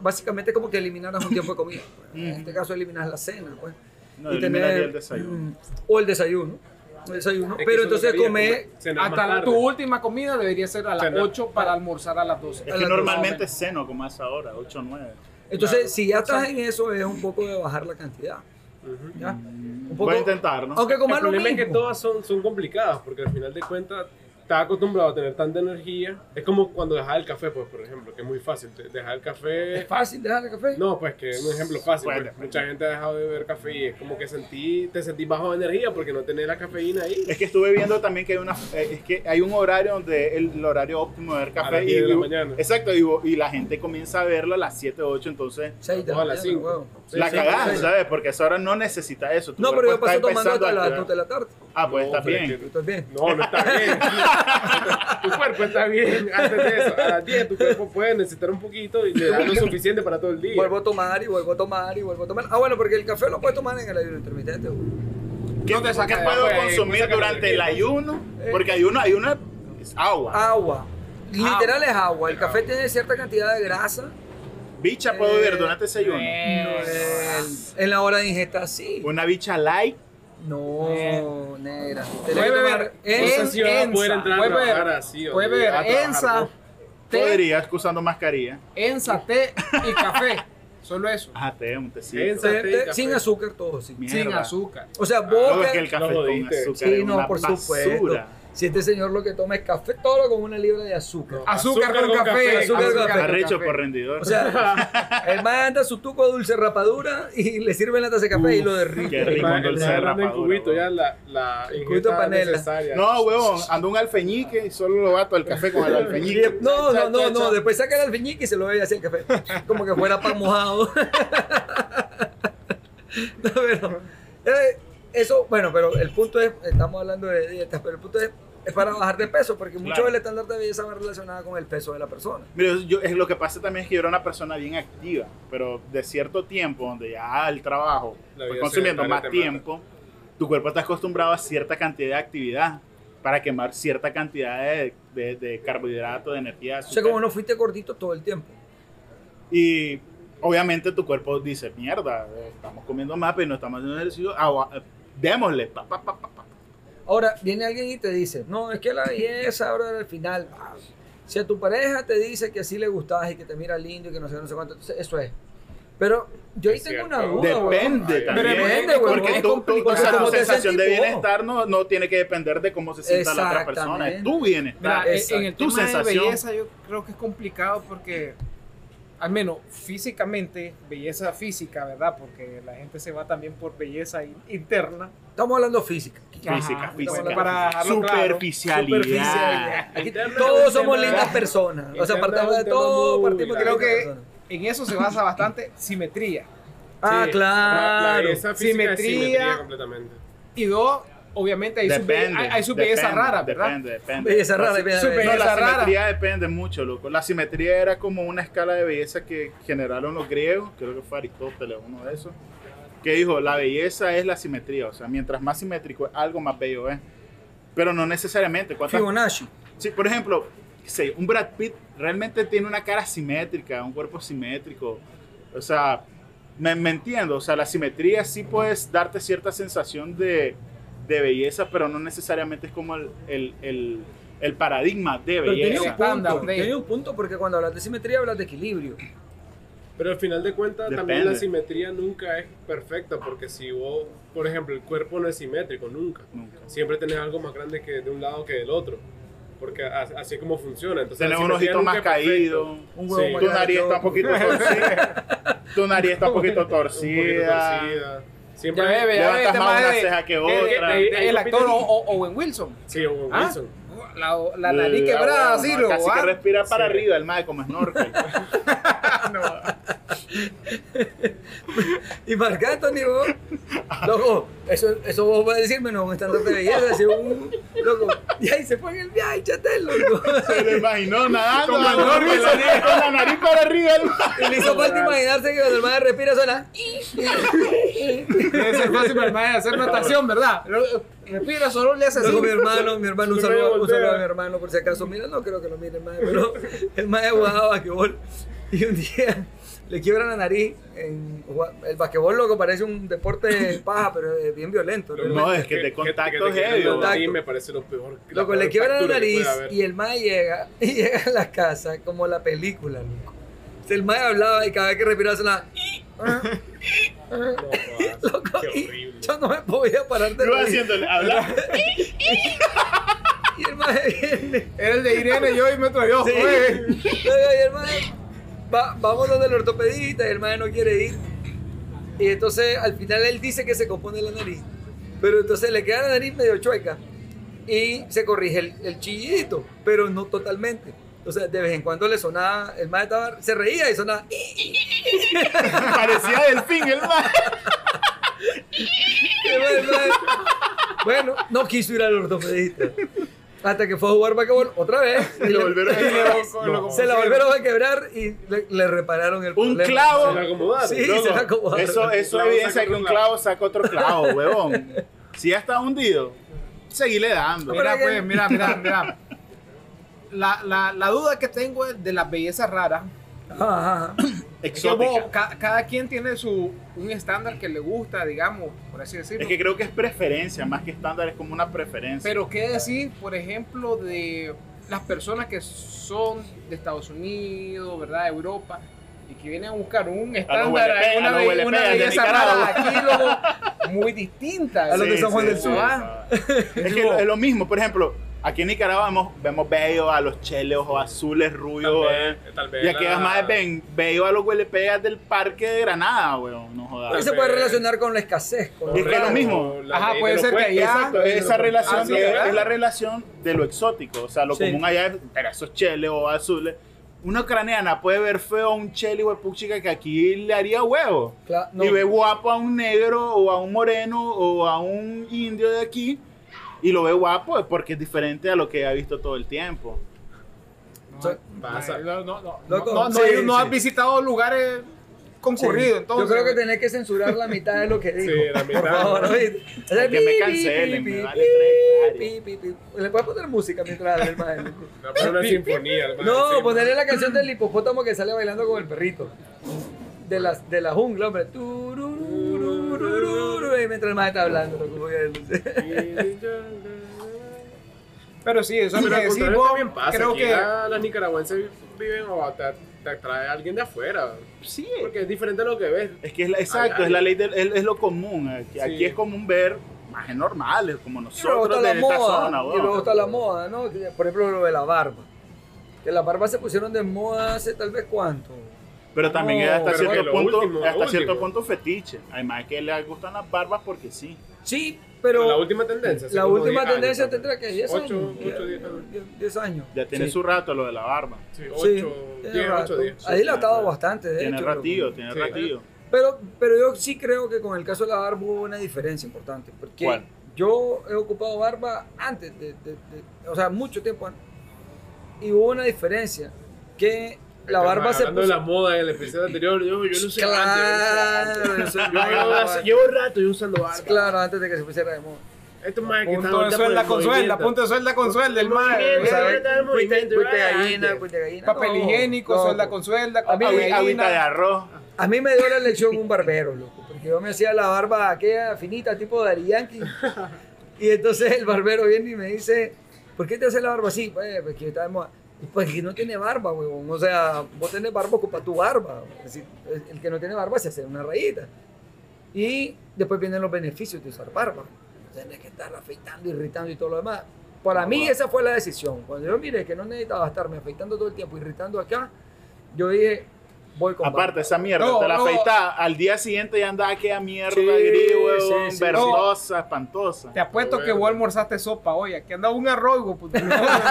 básicamente como que eliminaras un tiempo de comida. pues. En este caso eliminas la cena, pues.
No, eliminaría el desayuno.
mm, O el desayuno. el desayuno.
Es que
Pero
eso es lo
entonces
que había,
comer
comer- cenar
Hasta
más tarde.
tu última comida debería ser a las
Cenar.
8 para almorzar a las 12.
Es
A
que
las
normalmente ceno como a esa hora, 8 o 9.
Entonces,
Claro.
si ya estás en eso, es un poco de bajar la cantidad.
Ujú.
¿ya? Un poco,
Voy a intentar, ¿no?
Aunque
El
comas lo
problema
mismo.
es que todas son, son complicadas, porque al final de cuentas estás acostumbrado a tener tanta energía. Es como cuando dejas el café, pues, por ejemplo, que es muy fácil. te- Dejar el café...
¿Es fácil dejar el café?
No, pues que es un ejemplo fácil.
Bueno,
pues,
bueno.
mucha gente ha dejado de beber café y es como que sentí, te sentís bajo de energía porque no tenés la cafeína ahí.
Es que estuve viendo también que hay una eh, es que hay un horario donde el, el horario óptimo de ver
A las
café
10 de la
y-
mañana.
Exacto, y, y la gente comienza a verlo a las 7 o 8, entonces
Seis de
Vamos a las
mañana,
cinco.
huevo.
Sí,
la
sí,
cagás,
sí.
¿sabes? Porque a esa hora no necesita eso. tu
No, pero yo
cuerpo
paso
está
tomando
empezando
hasta
a
las
activar.
2 de la tarde.
Ah, pues
No,
está
pero es
bien.
que-
Estoy bien.
No, no está bien. tu cuerpo está bien antes de eso. A las 10 tu cuerpo puede necesitar un poquito y le da lo suficiente para todo el día.
Vuelvo a tomar y vuelvo a tomar y vuelvo a tomar. Ah, bueno, porque el café lo puedes tomar en el ayuno intermitente. güey.
¿Qué,
No te saca
qué
de
puedo
agua, eh,
consumir
saca de
durante el
energía.
ayuno?
Eh.
Porque ayuno, ayuno es agua.
Agua. Literal es agua. El café tiene cierta cantidad de grasa.
Bicha puedo
Eh,
beber durante ese ayuno.
Eh, en la hora de ingesta, sí.
Una bicha light.
No, negra. Tenés que
Eh. Puede
tomar
beber
No sé
en-
si vas a poder
Ensa,
entrar a
puede beber-
trabajar así, o
puede
de-
beber
a trabajar,
Ensa,
¿no?
té,
Podrías usando mascarilla.
Ensa, té y café. Solo eso.
Ajá, té, un tecito.
Ensa.
te- te-
café.
sin azúcar, todo sí.
Ah, Mierda.
Sin azúcar.
O sea,
No,
vos.
es que el café
Lo
con
jodiste.
azúcar
sí,
es
no,
una
por supuesto.
basura.
Si este señor lo que toma es café, todo lo con una libra de azúcar.
Azúcar, con, café.
azúcar con café.
Arrecho por rendidor.
O sea, el man anda su tuco dulce rapadura y le sirven la taza de café y lo
qué
derrite.
rico.
Está-
un dulce
está
de
agarrando en
rapadura,
cubito
güey.
ya la, la
cubito
ingesta
panela.
necesaria.
no, huevón, ando un alfeñique y solo lo bato al café con el alfeñique.
No, no,
Cha, cha,
no,
cha,
no.
cha.
Después saca el alfeñique y se lo bebe así el café. Como que fuera pan mojado. No, pero. eh, Eso, bueno, pero el punto es, estamos hablando de dietas, pero el punto es, es para bajar de peso, porque mucho
Claro.
del estándar de belleza va relacionada con el peso de la persona.
Mira, yo, es, lo que pasa también es que yo era una persona bien activa, pero de cierto tiempo, donde ya el trabajo
La
fue
vida
consumiendo
sedentaria
más
te
tiempo, tu cuerpo está acostumbrado a cierta cantidad de actividad para quemar cierta cantidad de, de, de carbohidrato, de energía.
O sea,
azúcar.
como no fuiste gordito todo el tiempo.
Y obviamente tu cuerpo dice, mierda, eh, estamos comiendo más, pero no estamos haciendo ejercicio, agua- eh, démosle, pa, pa, pa, pa, pa.
Ahora, viene alguien y te dice, no, es que la belleza ahora al final. ah, Si a tu pareja te dice que así le gustas y que te mira lindo y que no sé, qué, no sé cuánto, entonces eso es. Pero yo ahí
Es
tengo
cierto.
una duda.
Depende
weón.
Depende
Ay,
también.
pero depende, huevón,
porque
es
tú- tú-
complicado.
o sea, tu
Como te
sensación de
sentís vos.
bienestar no, no tiene que depender de cómo se sienta la otra persona, es tu bienestar.
Mira, e-
Claro,
en-
exacto.
en el
Tu
tema de
sensación.
belleza yo creo que es complicado porque, al menos físicamente, belleza física, ¿verdad? Porque la gente se va también por belleza in- interna.
Estamos hablando física.
Física,
Ajá,
física.
bueno, para dejarlo claro.
superficialidad.
Superficialidad. Aquí
Interna es
todos
un
somos
tema-
lindas personas. O sea,
Interna
apartamos
es
de
un tema
todo,
muy
partimos de
Creo
largo.
lindas
que
personas.
en eso se basa bastante simetría.
Ah,
Sí, La, la
claro.
belleza física es
Simetría.
simetría completamente.
Y dos, obviamente hay sus be- hay- hay sus bellezas
depende,
raras, ¿verdad?
Depende, depende.
Belleza rara.
Super-
belleza-
No,
Belleza
la
rara.
simetría depende mucho, loco. La simetría era como una escala de belleza que generaron los griegos, creo que fue Aristóteles, uno de esos, que dijo, la belleza es la simetría, o sea, mientras más simétrico es algo, más bello es. Pero no necesariamente. ¿Cuántas-
Fibonacci.
Sí, por ejemplo, qué sé yo, un Brad Pitt realmente tiene una cara simétrica, un cuerpo simétrico. O sea, me, me entiendo. O sea, la simetría sí puedes darte cierta sensación de, de belleza, pero no necesariamente es como el, el- el- el paradigma de
Pero tiene un
belleza.
punto.
Estándar, de-
Tiene un punto porque cuando hablas de simetría hablas de equilibrio.
Pero al final de cuentas, también
Depende.
la simetría nunca es perfecta, porque si vos, por ejemplo, el cuerpo no es simétrico nunca.
Nunca.
Siempre tenés algo más grande que de un lado que del otro, porque a- así es como funciona. Entonces,
Tenés
la
un
simetría
ojito
nunca
más
es perfecta.
caído.
Un huevo
Sí.
más
Tu
grande
nariz
que
está un
otro.
poquito torcida. Tu nariz está un poquito
Un poquito
torcida.
torcida.
Ya
Siempre
ve, ve, ya ve,
Levantas
este
más
mae
una
de-
ceja que
de-
otra.
de- de-
Ahí
El actor
compiten-
o- o- Owen Wilson.
Sí, Owen
¿Ah?
Wilson.
La, la nariz quebrada así,
lo
lo
Casi que
ah.
respira para
Sí.
arriba el mae como snorkel.
Y Marc Anthony, vos. Loco, eso, eso vos vas a decirme, no, un estándar de belleza. Así, un, loco, y ahí se fue en el viaje, chatel, loco.
Se lo imaginó nadando
Con
a
la
Jorge
nariz.
Solís con la nariz para arriba. el man.
Y le hizo falta imaginarse que cuando el madre respira suena.
Debe ser fácil para el mae hacer natación, ¿verdad? Lo- Respira, solo le hace así.
Luego mi hermano, mi hermano, un
Lo medio
saludo, un saludo a
voltea.
mi hermano por si acaso. Mira, no creo que lo mire más, pero el más jugaba basquetbol y un día le quiebra la nariz. en- el basquetbol loco parece un deporte paja, pero es bien violento.
Lo
No,
que-
es que te contacto
que te
heavy,
quiebran la
bro.
nariz me parece lo peor. la
Loco,
peor
le quiebra la
fractura que puede
nariz
haber.
y el mae llega, y llega a la casa como la película, loco. O sea, El mae hablaba y cada vez que respiraba sonaba,
No, jodas,
loco,
qué
y
horrible.
yo no me podía parar de
Iba
reír.
haciéndole hablar.
Y el mae viene,
Era el de Irene, yo y me yo.
Sí.
güey.
Luego, y el mae, va- vamos donde el ortopedista y el mae no quiere ir. Y entonces al final él dice que se compone la nariz. Pero entonces le queda la nariz medio chueca y se corrige el, el chillidito, pero no totalmente. O sea, de vez en cuando le sonaba, el mae estaba, se reía y sonaba.
Parecía delfín el man.
eh. Bueno, bueno, no quiso ir al ortopedista. Hasta que fue a jugar vaquebol otra vez. y
Lo
le-
volvieron a
y le-
No.
se la volvieron a quebrar y le, le repararon el
Un
problema.
clavo.
Se la acomodaron.
Sí,
Loco,
se la acomodaron.
Eso, eso
Un clavo
evidencia
saca
que un
otro
clavo saca otro clavo, huevón. Si ya está hundido, seguile dando.
pero
Mira,
que-
pues, mira, mira, mira. La, la, la duda que tengo es de las bellezas raras.
Ajá, ajá.
Es que vos,
Exótica.
ca- cada quien tiene su, un estándar que le gusta, digamos, por así decirlo.
Es que creo que es preferencia, más que estándar, es como una preferencia.
Pero qué decir, por ejemplo, de las personas que son de Estados Unidos, ¿verdad? Europa, y que vienen a buscar un estándar,
huelepe- a
una,
los
be-
huelepeas
una
de
belleza
Nicaragua.
rara aquí, loco, muy distinta.
A los
¿sí?
de San Juan del Sur.
ah. Es que es lo mismo, por ejemplo, aquí en Nicaragua vemos, vemos bello a los cheles o azules rubios. eh.
tal vez
Y aquí
la-
además ven bello a los huelepegas del parque de Granada, weón. No jodas.
Y se puede relacionar con la escasez. con-
Es que es lo mismo.
la
Ajá,
ley
puede
de
ser
los
que
cuentos.
allá-
Exacto, esa relación
Ah, sí,
es,
¿verdad?
es la relación de lo exótico, o sea, lo
Sí.
común allá es pero esos cheles o azules. Una ucraniana puede ver feo a un chele o puchica que aquí le haría huevo.
Cla- no.
Y ve guapo a un negro o a un moreno o a un indio de aquí y lo ve guapo es porque es diferente a lo que ha visto todo el tiempo.
So-
Pasa.
No, no, no,
Loco,
no, no,
sí,
no
sí.
has visitado lugares concurridos, entonces.
Yo creo que tenés que censurar la mitad de lo que dijo.
la mitad.
Por favor, oíste. O sea,
Que me
pi,
cancelen,
pi,
me
pi,
vale tres
pi, pi, pi, pi. Le puedes poner música mientras habla el maestro.
No, pero una sinfonía, hermano.
No,
sí,
ponerle la canción del hipopótamo que sale bailando con el perrito. De la, de la jungla, hombre. Turururururu, y mientras el maestro está hablando. loco, voy a decir.
Pero sí, eso es lo
Pero al
que decís
contrario
vos,
también pasa.
Creo
aquí
que
ya las nicaragüenses viven o te, te atrae a alguien de afuera.
Sí,
Porque es diferente a lo que ves.
es que es la- exacto,
Ay, ay.
es la ley del- es, es lo común. Aquí,
Sí.
aquí es común ver más normales como
Y luego
nosotros
está
de
la
esta
moda.
zona,
y
weón.
luego está la moda, ¿no? Que, Por ejemplo, lo de la barba. Que las barbas se pusieron de moda hace tal vez cuánto.
Pero también
No,
es hasta
pero
cierto
lo
punto,
último, lo
hasta cierto
último.
punto fetiche. Además que le gustan las barbas porque sí.
Sí, pero.
la última tendencia. hace
La
como
última
10 años,
tendencia
tal vez.
tendrá que 10
Ocho,
años.
ocho, diez años.
10, años.
Ya tiene
Sí.
su rato lo de la barba.
Sí,
Sí,
8,
tiene
10, 8,
rato.
10.
Ha dilatado bastante, de
tiene
hecho,
ratillo,
loco.
tiene
Sí.
ratillo.
Pero, pero yo sí creo que con el caso de la barba hubo una diferencia importante. Porque
¿Cuál?
yo he ocupado barba antes, de, de- de- o sea, mucho tiempo antes. Y hubo una diferencia. Que la barba se
Hablando
puso...
de la moda en el episodio anterior, yo, yo no sé antes.
claro, eso-
Yo llevo, hace- llevo rato yo usando barba.
claro, antes de que se pusiera de moda.
Esto es más que
punto de suelda consuelda, punto de suelda consuelda, el mar.
Movimiento,
O sea,
ahorita está el
cuite-
movimiento,
cuite
¿verdad?
gallina,
Antes.
cuite gallina.
Papel
no,
higiénico,
no,
suelda
no.
con suelda,
A mí- ah,
papel
Agü-
gallina.
Agüita de arroz.
A mí me dio la lección un barbero, loco, porque yo me hacía la barba aquella finita, tipo de Yankee. Y entonces el barbero viene y me dice, ¿por qué te haces la barba así? Pues, pues que está de moda. Y, Pues que no tiene barba, huevón. O sea, vos tenés barba, ocupa tu barba. Es decir, el- el que no tiene barba se hace una rayita. Y después vienen los beneficios de usar barba. Tienes que estar afeitando, irritando y todo lo demás. Para mí esa fue la decisión. Cuando yo miré que no necesitaba estarme afeitando todo el tiempo, irritando acá, yo dije, voy con barba.
Aparte, esa mierda,
No,
te la
no.
afeitás. Al día siguiente ya andaba aquella mierda
Sí,
gris, huevón,
sí, sí,
verdosa, espantosa.
Te apuesto que vos almorzaste sopa hoy, aquí andaba un arroz, hijo puta.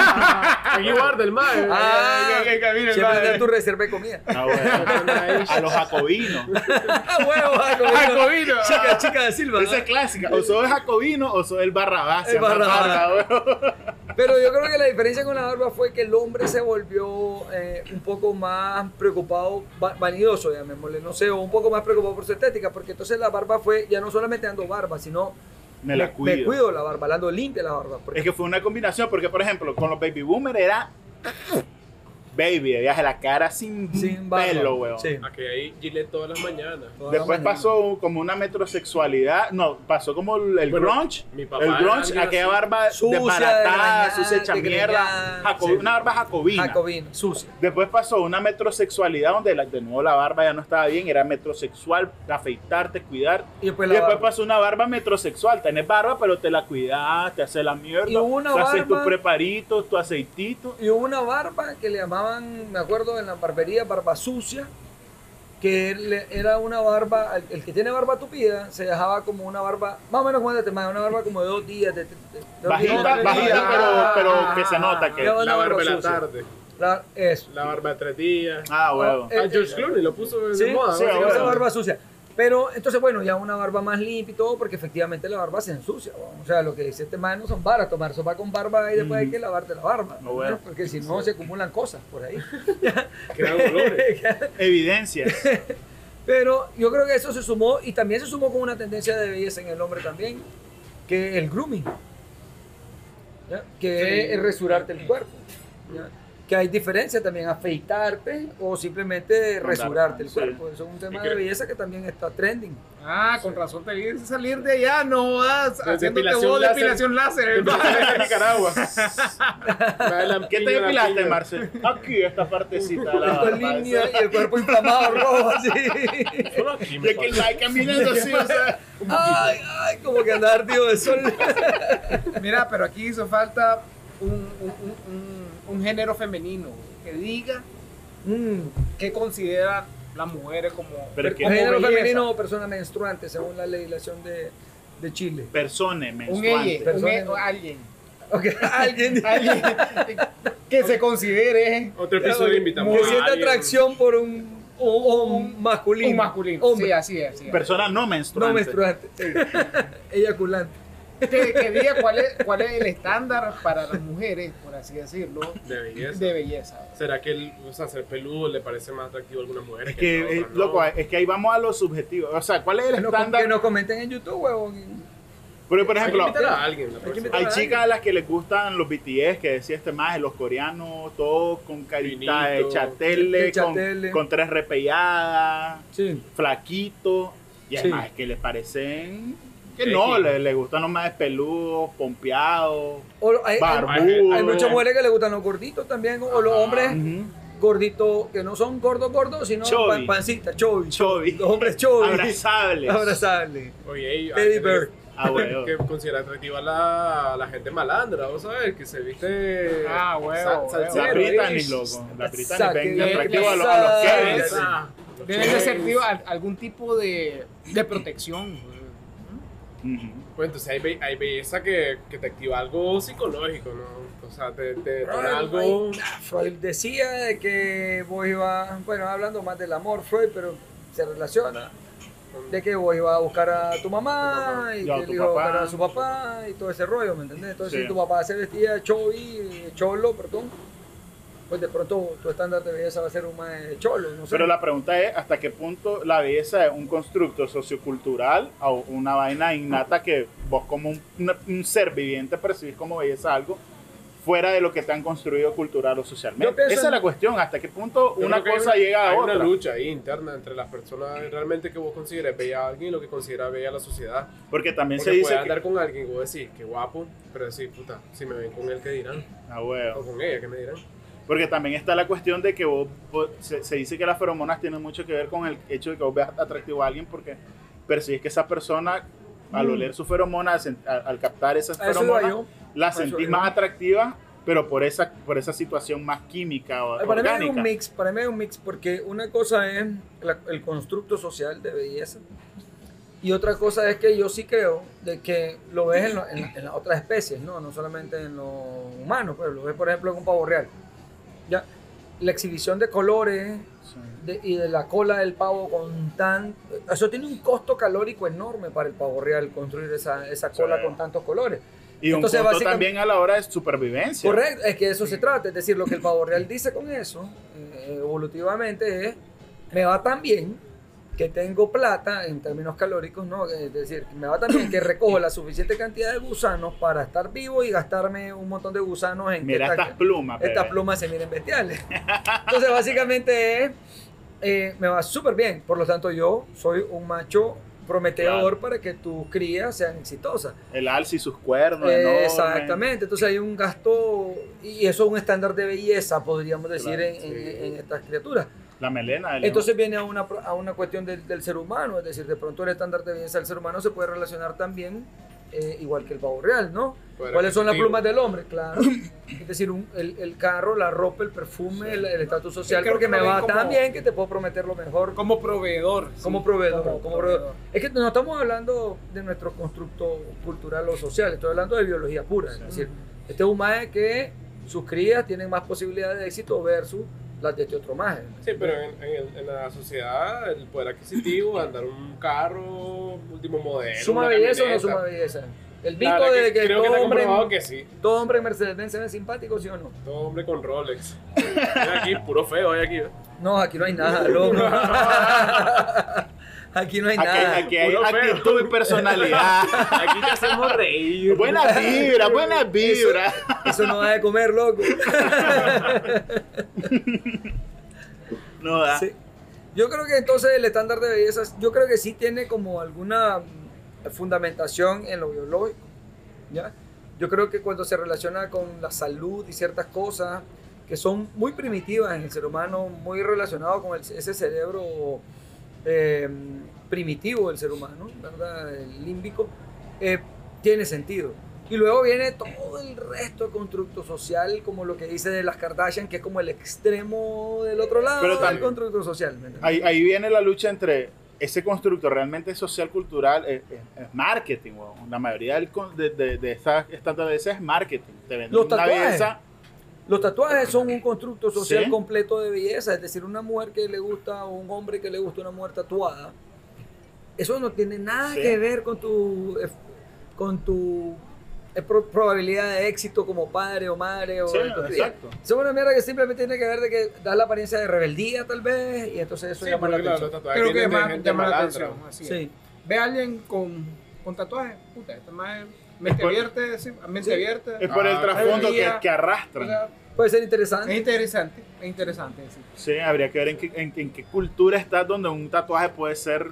Aquí guarda el mar.
Ah,
Ay, ay, ay, ay, mira,
siempre
madre.
tener tu reserva de comida.
Ah, bueno. A los jacobinos.
¡Ah, huevo!
Jacobino.
Chica, chica de Silva.
Esa es clásica. O sos el jacobino o sos el barrabás.
El
se llama
Barrabás.
barra, huevón.
Pero yo creo que la diferencia con la barba fue que el hombre se volvió eh, un poco más preocupado, va- vanidoso, llamémosle, no sé, o un poco más preocupado por su estética, porque entonces la barba fue, ya no solamente ando barba, sino
Me la
me cuido la barba, la ando limpia la barba. porque-
Es que fue una combinación, porque por ejemplo, con los baby boomers era baby, de viaje la cara sin,
sin barba.
pelo, weón.
Sí.
Aquí hay Gillette todas las mañanas.
Toda la
Después
mañana.
pasó como una metrosexualidad, no, pasó como el, el
Bueno,
grunge,
mi papá
el
era
grunge,
alguien
aquella
así.
barba
Sucia,
desbaratada,
desgreñada,
sucia, hecha mierda,
desgreñada.
jaco-
Sí.
una barba jacobina.
Jacobino, sucio.
Después pasó una metrosexualidad donde la- de nuevo la barba ya no estaba bien, era metrosexual, afeitarte, cuidar.
Y
Y
después la
después
barba.
pasó una barba metrosexual, tenés barba pero te la cuidas, te haces la mierda,
Y hubo una
te haces tus
barba-
preparitos, tu aceitito.
y hubo una barba que le llamaban, me acuerdo, en la barbería, barba sucia, que le- era una barba, al- el que tiene barba tupida, se dejaba como una barba, más o menos cuéntate, más una barba como de dos días. de- de- de- de-
no,
Bajita,
no,
bajita,
no,
pero,
no,
pero
no,
que se
no,
nota que.
no, no,
La barba de la
sucia.
tarde.
La- eso.
La barba de tres días.
Ah, huevo.
Eh,
A George Clooney lo puso de
Sí,
moda.
sí,
básicamente.
esa
bueno.
barba sucia. Pero entonces, bueno, ya una barba más limpia y todo, porque efectivamente la barba se ensucia. weón. O sea, lo que dice este man no son varas, tomar sopa con barba y después hay que lavarte la barba.
Mm. No, bueno.
Porque si no, se acumulan cosas por ahí.
Crean olores.
Evidencias.
Pero yo creo que eso se sumó y también se sumó con una tendencia de belleza en el hombre también, que el grooming, ¿ya? que es resurarte el cuerpo. ¿ya? Que hay diferencia también, afeitarte o simplemente resurarte el
sí.
cuerpo. Eso es un tema
Y
de
que-
belleza que también está trending.
Ah, con razón te vienes a salir de allá, no vas haciéndote
Depilación
vos
láser.
depilación láser. hermano.
Depilación en Nicaragua.
¿Qué te depilaste, Marcel? Aquí, esta partecita. de la
Esta
barba,
línea
esa.
y el cuerpo inflamado rojo así.
Y aquí el Mike caminando así, o sea.
Ay, ay, como que andar tío de sol.
Mira, pero aquí hizo falta un, un- un- un- un género femenino que diga
Mm.
qué consideran las mujeres como.
Pero es que-
como
Género
belleza.
femenino o persona menstruante, según la legislación de, de Chile.
Persone
Un
menstruante.
ella, un
Persona-
e- o alguien.
Ok, alguien dijo
Alguien que se considere
Otro Este episodio invitamos.
que
a
siente
alguien.
atracción por un, o- o un masculino.
un masculino. Sí,
Hombre,
así es. así es.
Persona no
no
menstruante.
menstruante. sí. Eyaculante.
Que, que diga cuál es, cuál es el estándar para las mujeres, por así decirlo,
De belleza.
de belleza.
¿Será que el, o sea, ser peludo le parece más atractivo a alguna mujer?
Es que, eh,
otras no?
loco, es que ahí vamos a lo subjetivo. O sea, ¿cuál es el
Que nos,
estándar?
que nos comenten en YouTube, huevón.
Porque, por
Hay que
ejemplo,
invitar a alguien. la
que
próxima.
invitar
hay
a
chicas a las que les gustan los BTS, que decía este más, los coreanos, todos con carita de
Finito.
chatele,
De chatele.
Con, con tres repelladas,
Sí.
flaquito.
Sí.
Y además que les parecen... Que
Sí,
no,
sí.
les, les gustan los más peludos, pompeados,
O hay, hay-
barbudos.
hay muchas mujeres que les gustan los gorditos también, o
Ah.
los hombres
Ujú.
gorditos, que no son gordos gordos, sino pan-
Chubby.
pancita, chovy.
Chubby.
Los hombres chovy.
Abrazables.
Abrazable.
Oye, y-
Teddy
ah,
bear.
Ah, huevo.
que considera atractiva la, la gente malandra, vos sabés, que se viste.
Ah, huevo,
sal-
huevo.
La
salsero,
Britanny,
¿eh?
loco. La Britanny,
Saque
ven
de
atractivo a los, a los
esa-
Kevins.
Esa.
Debe de ser tío, al- algún tipo de, de protección.
Ujú.
Bueno, entonces hay, be- hay belleza que, que te activa algo psicológico, ¿no? O sea, te, te detona algo.
Freud decía de que vos ibas, bueno, hablando más del amor, Freud, pero se relaciona. De que vos ibas a buscar a tu mamá y
Y a
que él
tu
iba a
papá.
buscar a su papá y todo ese rollo, ¿me entendés? Entonces,
Sí.
si tu papá se vestía chovi, cholo, perdón, pues de pronto tu estándar de belleza va a ser un más cholo, no sé.
Pero la pregunta es, ¿hasta qué punto la belleza es un constructo sociocultural o una vaina innata que vos como un, una- un ser viviente percibís como belleza algo fuera de lo que te han construido cultural o
Yo
socialmente?
pienso
Esa es
en-
la cuestión, ¿hasta qué punto
Yo
una
creo que hay
cosa llega a
hay
otra?
una lucha ahí interna entre las personas realmente que vos consideres bella a alguien y lo que considera bella la sociedad.
Porque también
Porque
se
puedes
dice que...
andar con alguien y vos decís, qué guapo, pero decís, puta, si me ven con él, ¿qué dirán?
Ah, huevo.
O con ella, ¿qué me dirán?
Porque también está la cuestión de que vos, vos- se, se dice que las feromonas tienen mucho que ver con el hecho de que vos veas atractivo a alguien porque percibís que esa persona, al oler su feromona, al sen- al, al captar esas
Mm. A eso iba
feromonas,
yo. A
la
eso
sentís
iba.
más atractiva, pero por esa, por esa situación más química o
Para mí hay
orgánica.
un mix, para mí hay un mix, porque una cosa es la- el constructo social de belleza y otra cosa es que yo sí creo de que lo ves en, lo- en la- en las otras especies, no, no solamente en los humanos, pero lo ves por ejemplo en un pavo real. Ya, la exhibición de colores
Sí.
de- y de la cola del pavo con tan... Eso tiene un costo calórico enorme para el pavo real construir esa, esa cola
Sí.
con tantos colores.
Y un
Entonces,
punto
básicamente-
también a la hora de supervivencia.
Correcto, es que de eso se trata. Es decir, lo que el pavo real dice con eso, eh, evolutivamente, es: me va tan bien que tengo plata en términos calóricos, ¿no? Es decir, me va tan bien que recojo la suficiente cantidad de gusanos para estar vivo y gastarme un montón de gusanos en que
Mira
esta-
estas plumas.
estas
bebé.
plumas se miren bestiales. Entonces, básicamente es: eh, me va súper bien. Por lo tanto, yo soy un macho prometedor para que tus crías sean exitosas.
El alce y sus cuernos. enormes.
Exactamente, entonces hay un gasto y eso es un estándar de belleza, podríamos decir,
Claro,
en,
sí.
en- en estas criaturas.
La melena. del león.
Entonces viene a una, pro- a una cuestión del, del ser humano, es decir, de pronto el estándar de belleza del ser humano se puede relacionar también eh, igual que el pavo real, ¿no?
Poder
¿Cuáles son las
adquisitivo.
plumas del hombre? Claro. Es decir, un- el, el carro, la ropa, el perfume, el el estatus social,
creo
porque
que
me
lo ven
va
como-
tan bien que te puedo prometer lo mejor
Como proveedor. sí,
como proveedor, como, proveedor. Es que no estamos hablando de nuestro constructo cultural o social, estoy hablando de biología pura. Es decir, este es un mae que sus crías tienen más posibilidades de éxito versus las de este otro más.
Sí, pero en, en el- en la sociedad, el poder adquisitivo, andar un carro, último modelo.
¿Suma
una
belleza o no
camioneta.
suma belleza? El
La
mito
verdad
de que,
creo que
todo,
está
hombre,
comprobado que sí.
todo hombre en Mercedes-Benz se ve simpático, ¿sí o no?
Todo hombre con Rolex. Mira aquí, puro feo hay aquí. ¿eh?
No, aquí no hay nada, loco. aquí no hay
Aquí,
nada.
aquí hay
Puro feo.
actitud y personalidad.
Aquí te hacemos reír.
buena vibra, buena vibra.
Eso no da de comer, loco.
No ah, da.
Sí. Yo creo que entonces el estándar de belleza, yo creo que sí tiene como alguna mm, fundamentación en lo biológico. ¿ya? Yo creo que cuando se relaciona con la salud y ciertas cosas que son muy primitivas en el ser humano, muy relacionado con el- ese cerebro eh, primitivo del ser humano, ¿verdad? El límbico, eh, tiene sentido. Y luego viene todo el resto de constructo social, como lo que dice de las Kardashian, que es como el extremo del otro lado
Pero
del
también-
constructo social. ¿me entiendes?
Ahí, ahí viene la lucha entre ese constructo realmente social, cultural, es, es- es marketing. weón. La mayoría del con- de, de, de estas estandardizadas es marketing. Te venden
Los
una
tatuajes.
belleza.
Los tatuajes son un constructo social
Sí.
completo de belleza, es decir, una mujer que le gusta o un hombre que le gusta una mujer tatuada, eso no tiene nada
Sí.
que ver con tu eh, con tu eh, pro- probabilidad de éxito como padre o madre o
Sí,
de tu cría.
exacto.
Eso es una mierda que simplemente tiene que ver de que da la apariencia de rebeldía tal vez y entonces eso
Sí,
llama la
porque claro,
atención.
los tatuajes
Creo que
vienen de
llama,
gente
llama la
malandra.
atención. Así es.
Sí.
Ve a alguien con, con tatuajes, puta, esta madre, mente
por-
abierta, sí, mente
Sí.
abierta.
Es por el
Ah,
trasfondo que,
mayoría-
que
O
arrastran.
sea,
Puede ser
es
interesante.
interesante, es interesante. sí.
Sí, habría que ver en qué, en- en qué cultura estás donde un tatuaje puede ser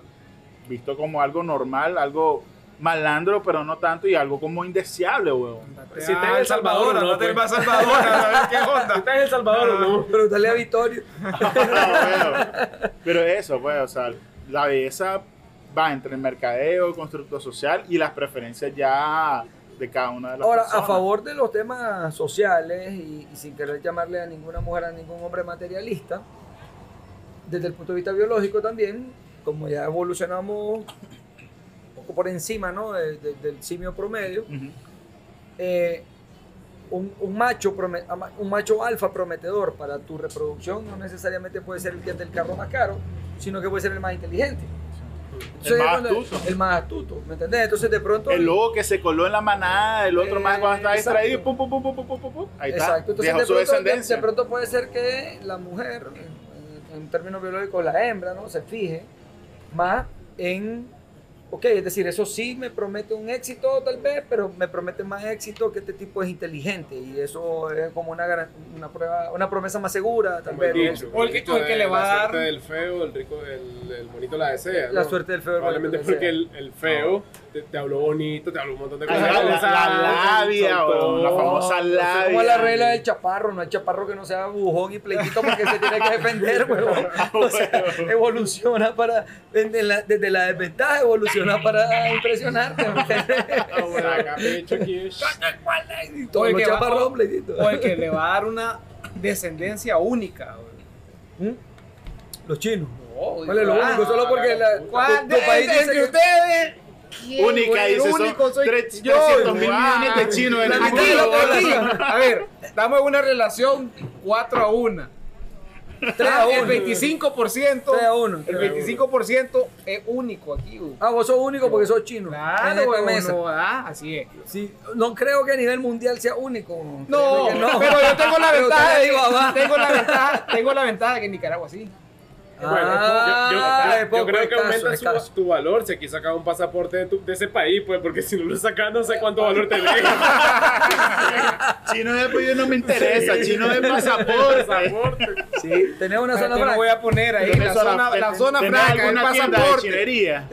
visto como algo normal, algo malandro, pero no tanto, y algo como indeseable, weón.
Andate
Si está
a
en El Salvador, no,
andate
pues.
a El Salvador, a ver qué
Si
onda.
estás en El Salvador, ¿no?
Preguntarle Ah, a Vittorio.
Ah, bueno. Pero eso, pues, o sea, la belleza va entre el mercadeo, el constructo social y las preferencias ya de cada una de las
Ahora, a
personas.
favor de los temas sociales y, y sin querer llamarle a ninguna mujer, a ningún hombre materialista, desde el punto de vista biológico también, como ya evolucionamos un poco por encima ¿no? de- de- del simio promedio,
Ujú.
eh, un, un macho prome- ama- un macho alfa prometedor para tu reproducción no necesariamente puede ser el que del carro más caro, sino que puede ser el más inteligente. Entonces,
más
cuando-
astuto.
El más astuto, ¿me entendés? Entonces de pronto...
El lobo que se coló en la manada, el otro
Eh,
más cuando está
exacto.
distraído, pum, pum, pum, pum, pum, pum, pum, pum. Ahí está,
Exacto, entonces
dejó
de
su
pronto, de-
descendencia.
de pronto puede ser que la mujer, en- en términos biológicos, la hembra, ¿no? Se fije más en, ok, es decir, eso sí me promete un éxito tal vez, pero me promete más éxito que este tipo es inteligente y eso es como una, gar- una prueba, una promesa más segura tal
Como el
vez. ¿no?
dicho,
O el que-
dicho
o el que
de
le va
la
a dar-
suerte del feo, el rico, el, el bonito la desea.
La
¿no?
suerte del feo.
Probablemente
hermano,
porque
que sea.
el, el feo te, te habló bonito, te habló un montón de
Ajá,
cosas.
la- la
Esa-
labia,
son
o
todos-
la famosa
No, eso es Como
labia.
la regla del chaparro, no hay chaparro que no sea bujón y pleitito porque se tiene que defender, huevón. O sea, evoluciona para, desde la, desde la desventaja evoluciona para impresionarte. ¿me entiendes?
Saca pecho aquí.
Ah, Y Todos los
que va-
chaparros
o-
son pleititos.
o el que le va a dar una descendencia única. güey.
¿Mm? Los chinos.
No,
¿Cuál es lo
ah,
único? Solo porque la, tu,
¿Cuál
tu
de
país dice
entre
que
ustedes? ¿Quién,
Única,
güey?
dice, son
único soy
tres-
yo,
300 mil
güey.
millones de chinos en
La
el
mitad de
mundo.
la
Hola. A ver, damos una relación 4 a 1.
tres a uno.
Ah, El 25%,
Tres a uno, tres
el
a
25% es único aquí. güey.
Ah, vos sos único porque sos chino. en
Claro,
esta
güey,
mesa.
no, ah, así es.
Sí, no creo que a nivel mundial sea único.
No,
Créeme que no.
pero yo tengo la
Pero
ventaja
ustedes
de,
ahí, babá.
tengo la ventaja, tengo la ventaja que en Nicaragua sí.
Bueno, yo- yo-
Ah, es
yo,
poco,
creo que
escaso,
aumenta su-
escaso.
tu valor si aquí sacas un pasaporte de, tu- de ese país, pues, porque si no lo sacas no sé cuánto valor te deja.
Chino de apellido no me interesa, chino de pasaporte.
Pasaporte.
Sí, tenés una zona
Yo
franca.
voy a poner ahí la
Eso,
zona, la zona
¿tendrá
franca, el
alguna tienda de
pasaporte.
chinería?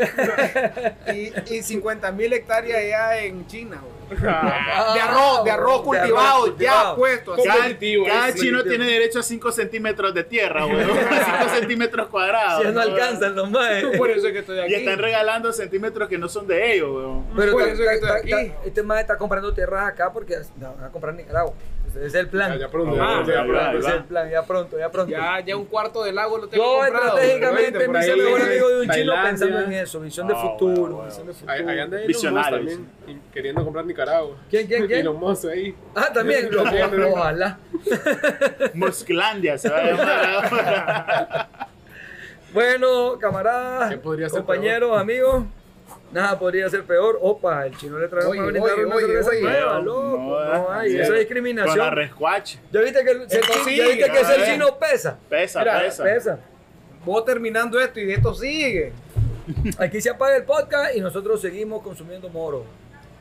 Y, y 50 mil hectáreas allá en China. güey.
Ah,
De arroz, de arroz
de
cultivado, ya pues.
cultivado.
puesto. así.
Cada,
Competitivo,
cada
es
chino
competitivo.
tiene derecho a 5 centímetros de tierra, weón. 5 centímetros cuadrados.
Si no
weón.
alcanzan los más.
Por eso es que estoy aquí.
Y están regalando centímetros que no son de ellos, weón.
Pero
Por
ta-
eso es
ta-
que estoy
ta-
aquí.
ta- este más está comprando tierras acá porque la van a comprar en Nicaragua. Ese es el plan.
Ya, ya pronto,
Ah,
ya, ya
ahí va,
pronto.
ahí
Ese es el plan, ya pronto, ya pronto.
Ya, ya un cuarto del lago lo tengo
Yo
comprado.
estratégicamente
Por
me
ahí
hice mejor
viene
amigo de un chino
Tailandia.
pensando en eso, visión de
Ah,
futuro,
bueno, bueno.
visión de futuro.
Ahí, ahí anda Elon Musk
Visionarios.
también, y queriendo comprar Nicaragua.
¿Quién, quién, quién?
Elon Musk ahí.
Ah, también,
Lo tiene, ¿no?
ojalá.
Musklandia se va a llamar.
Bueno,
¿Qué
camaradas,
podría ser
compañeros, amigos, nada podría ser peor. Opa, el chino le trajo
Oye,
a brindar
oye,
una
oye,
cerveza
oye.
nueva,
No,
loco.
no,
No hay,
sí.
eso es
Con la
discriminación.
rescuache.
Ya viste que el,
Esto sí,
ya viste que
a
ser
ver.
chino pesa.
Pesa,
Mira,
pesa.
Pesa.
Vos terminando esto y de esto sigue.
Aquí se apaga el podcast y nosotros seguimos consumiendo moro.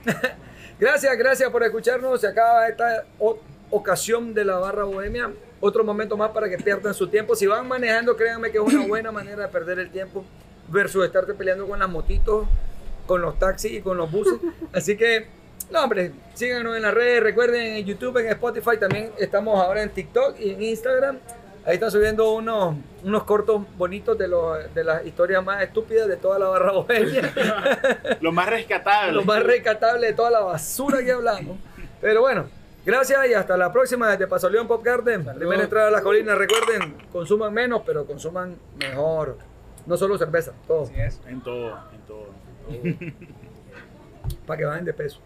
gracias, gracias por escucharnos. Se acaba esta o- ocasión de la barra bohemia. Otro momento más para que pierdan su tiempo. Si van manejando, créanme que es una buena manera de perder el tiempo versus estarte peleando con las motitos, con los taxis y con los buses. Así que, no, hombre, síganos en las redes. Recuerden en YouTube, en Spotify. También estamos ahora en TikTok y en Instagram. Ahí están subiendo unos, unos cortos bonitos de, los, de las historias más estúpidas de toda la barra bohemia.
Lo más rescatable.
lo más rescatable de toda la basura que hablamos. Pero bueno, gracias y hasta la próxima desde Paso León Pop Garden. Primera entrada a las colinas. Recuerden, consuman menos, pero consuman mejor. No solo cerveza, todo.
Así es.
En todo, en todo.
Para que bajen de peso.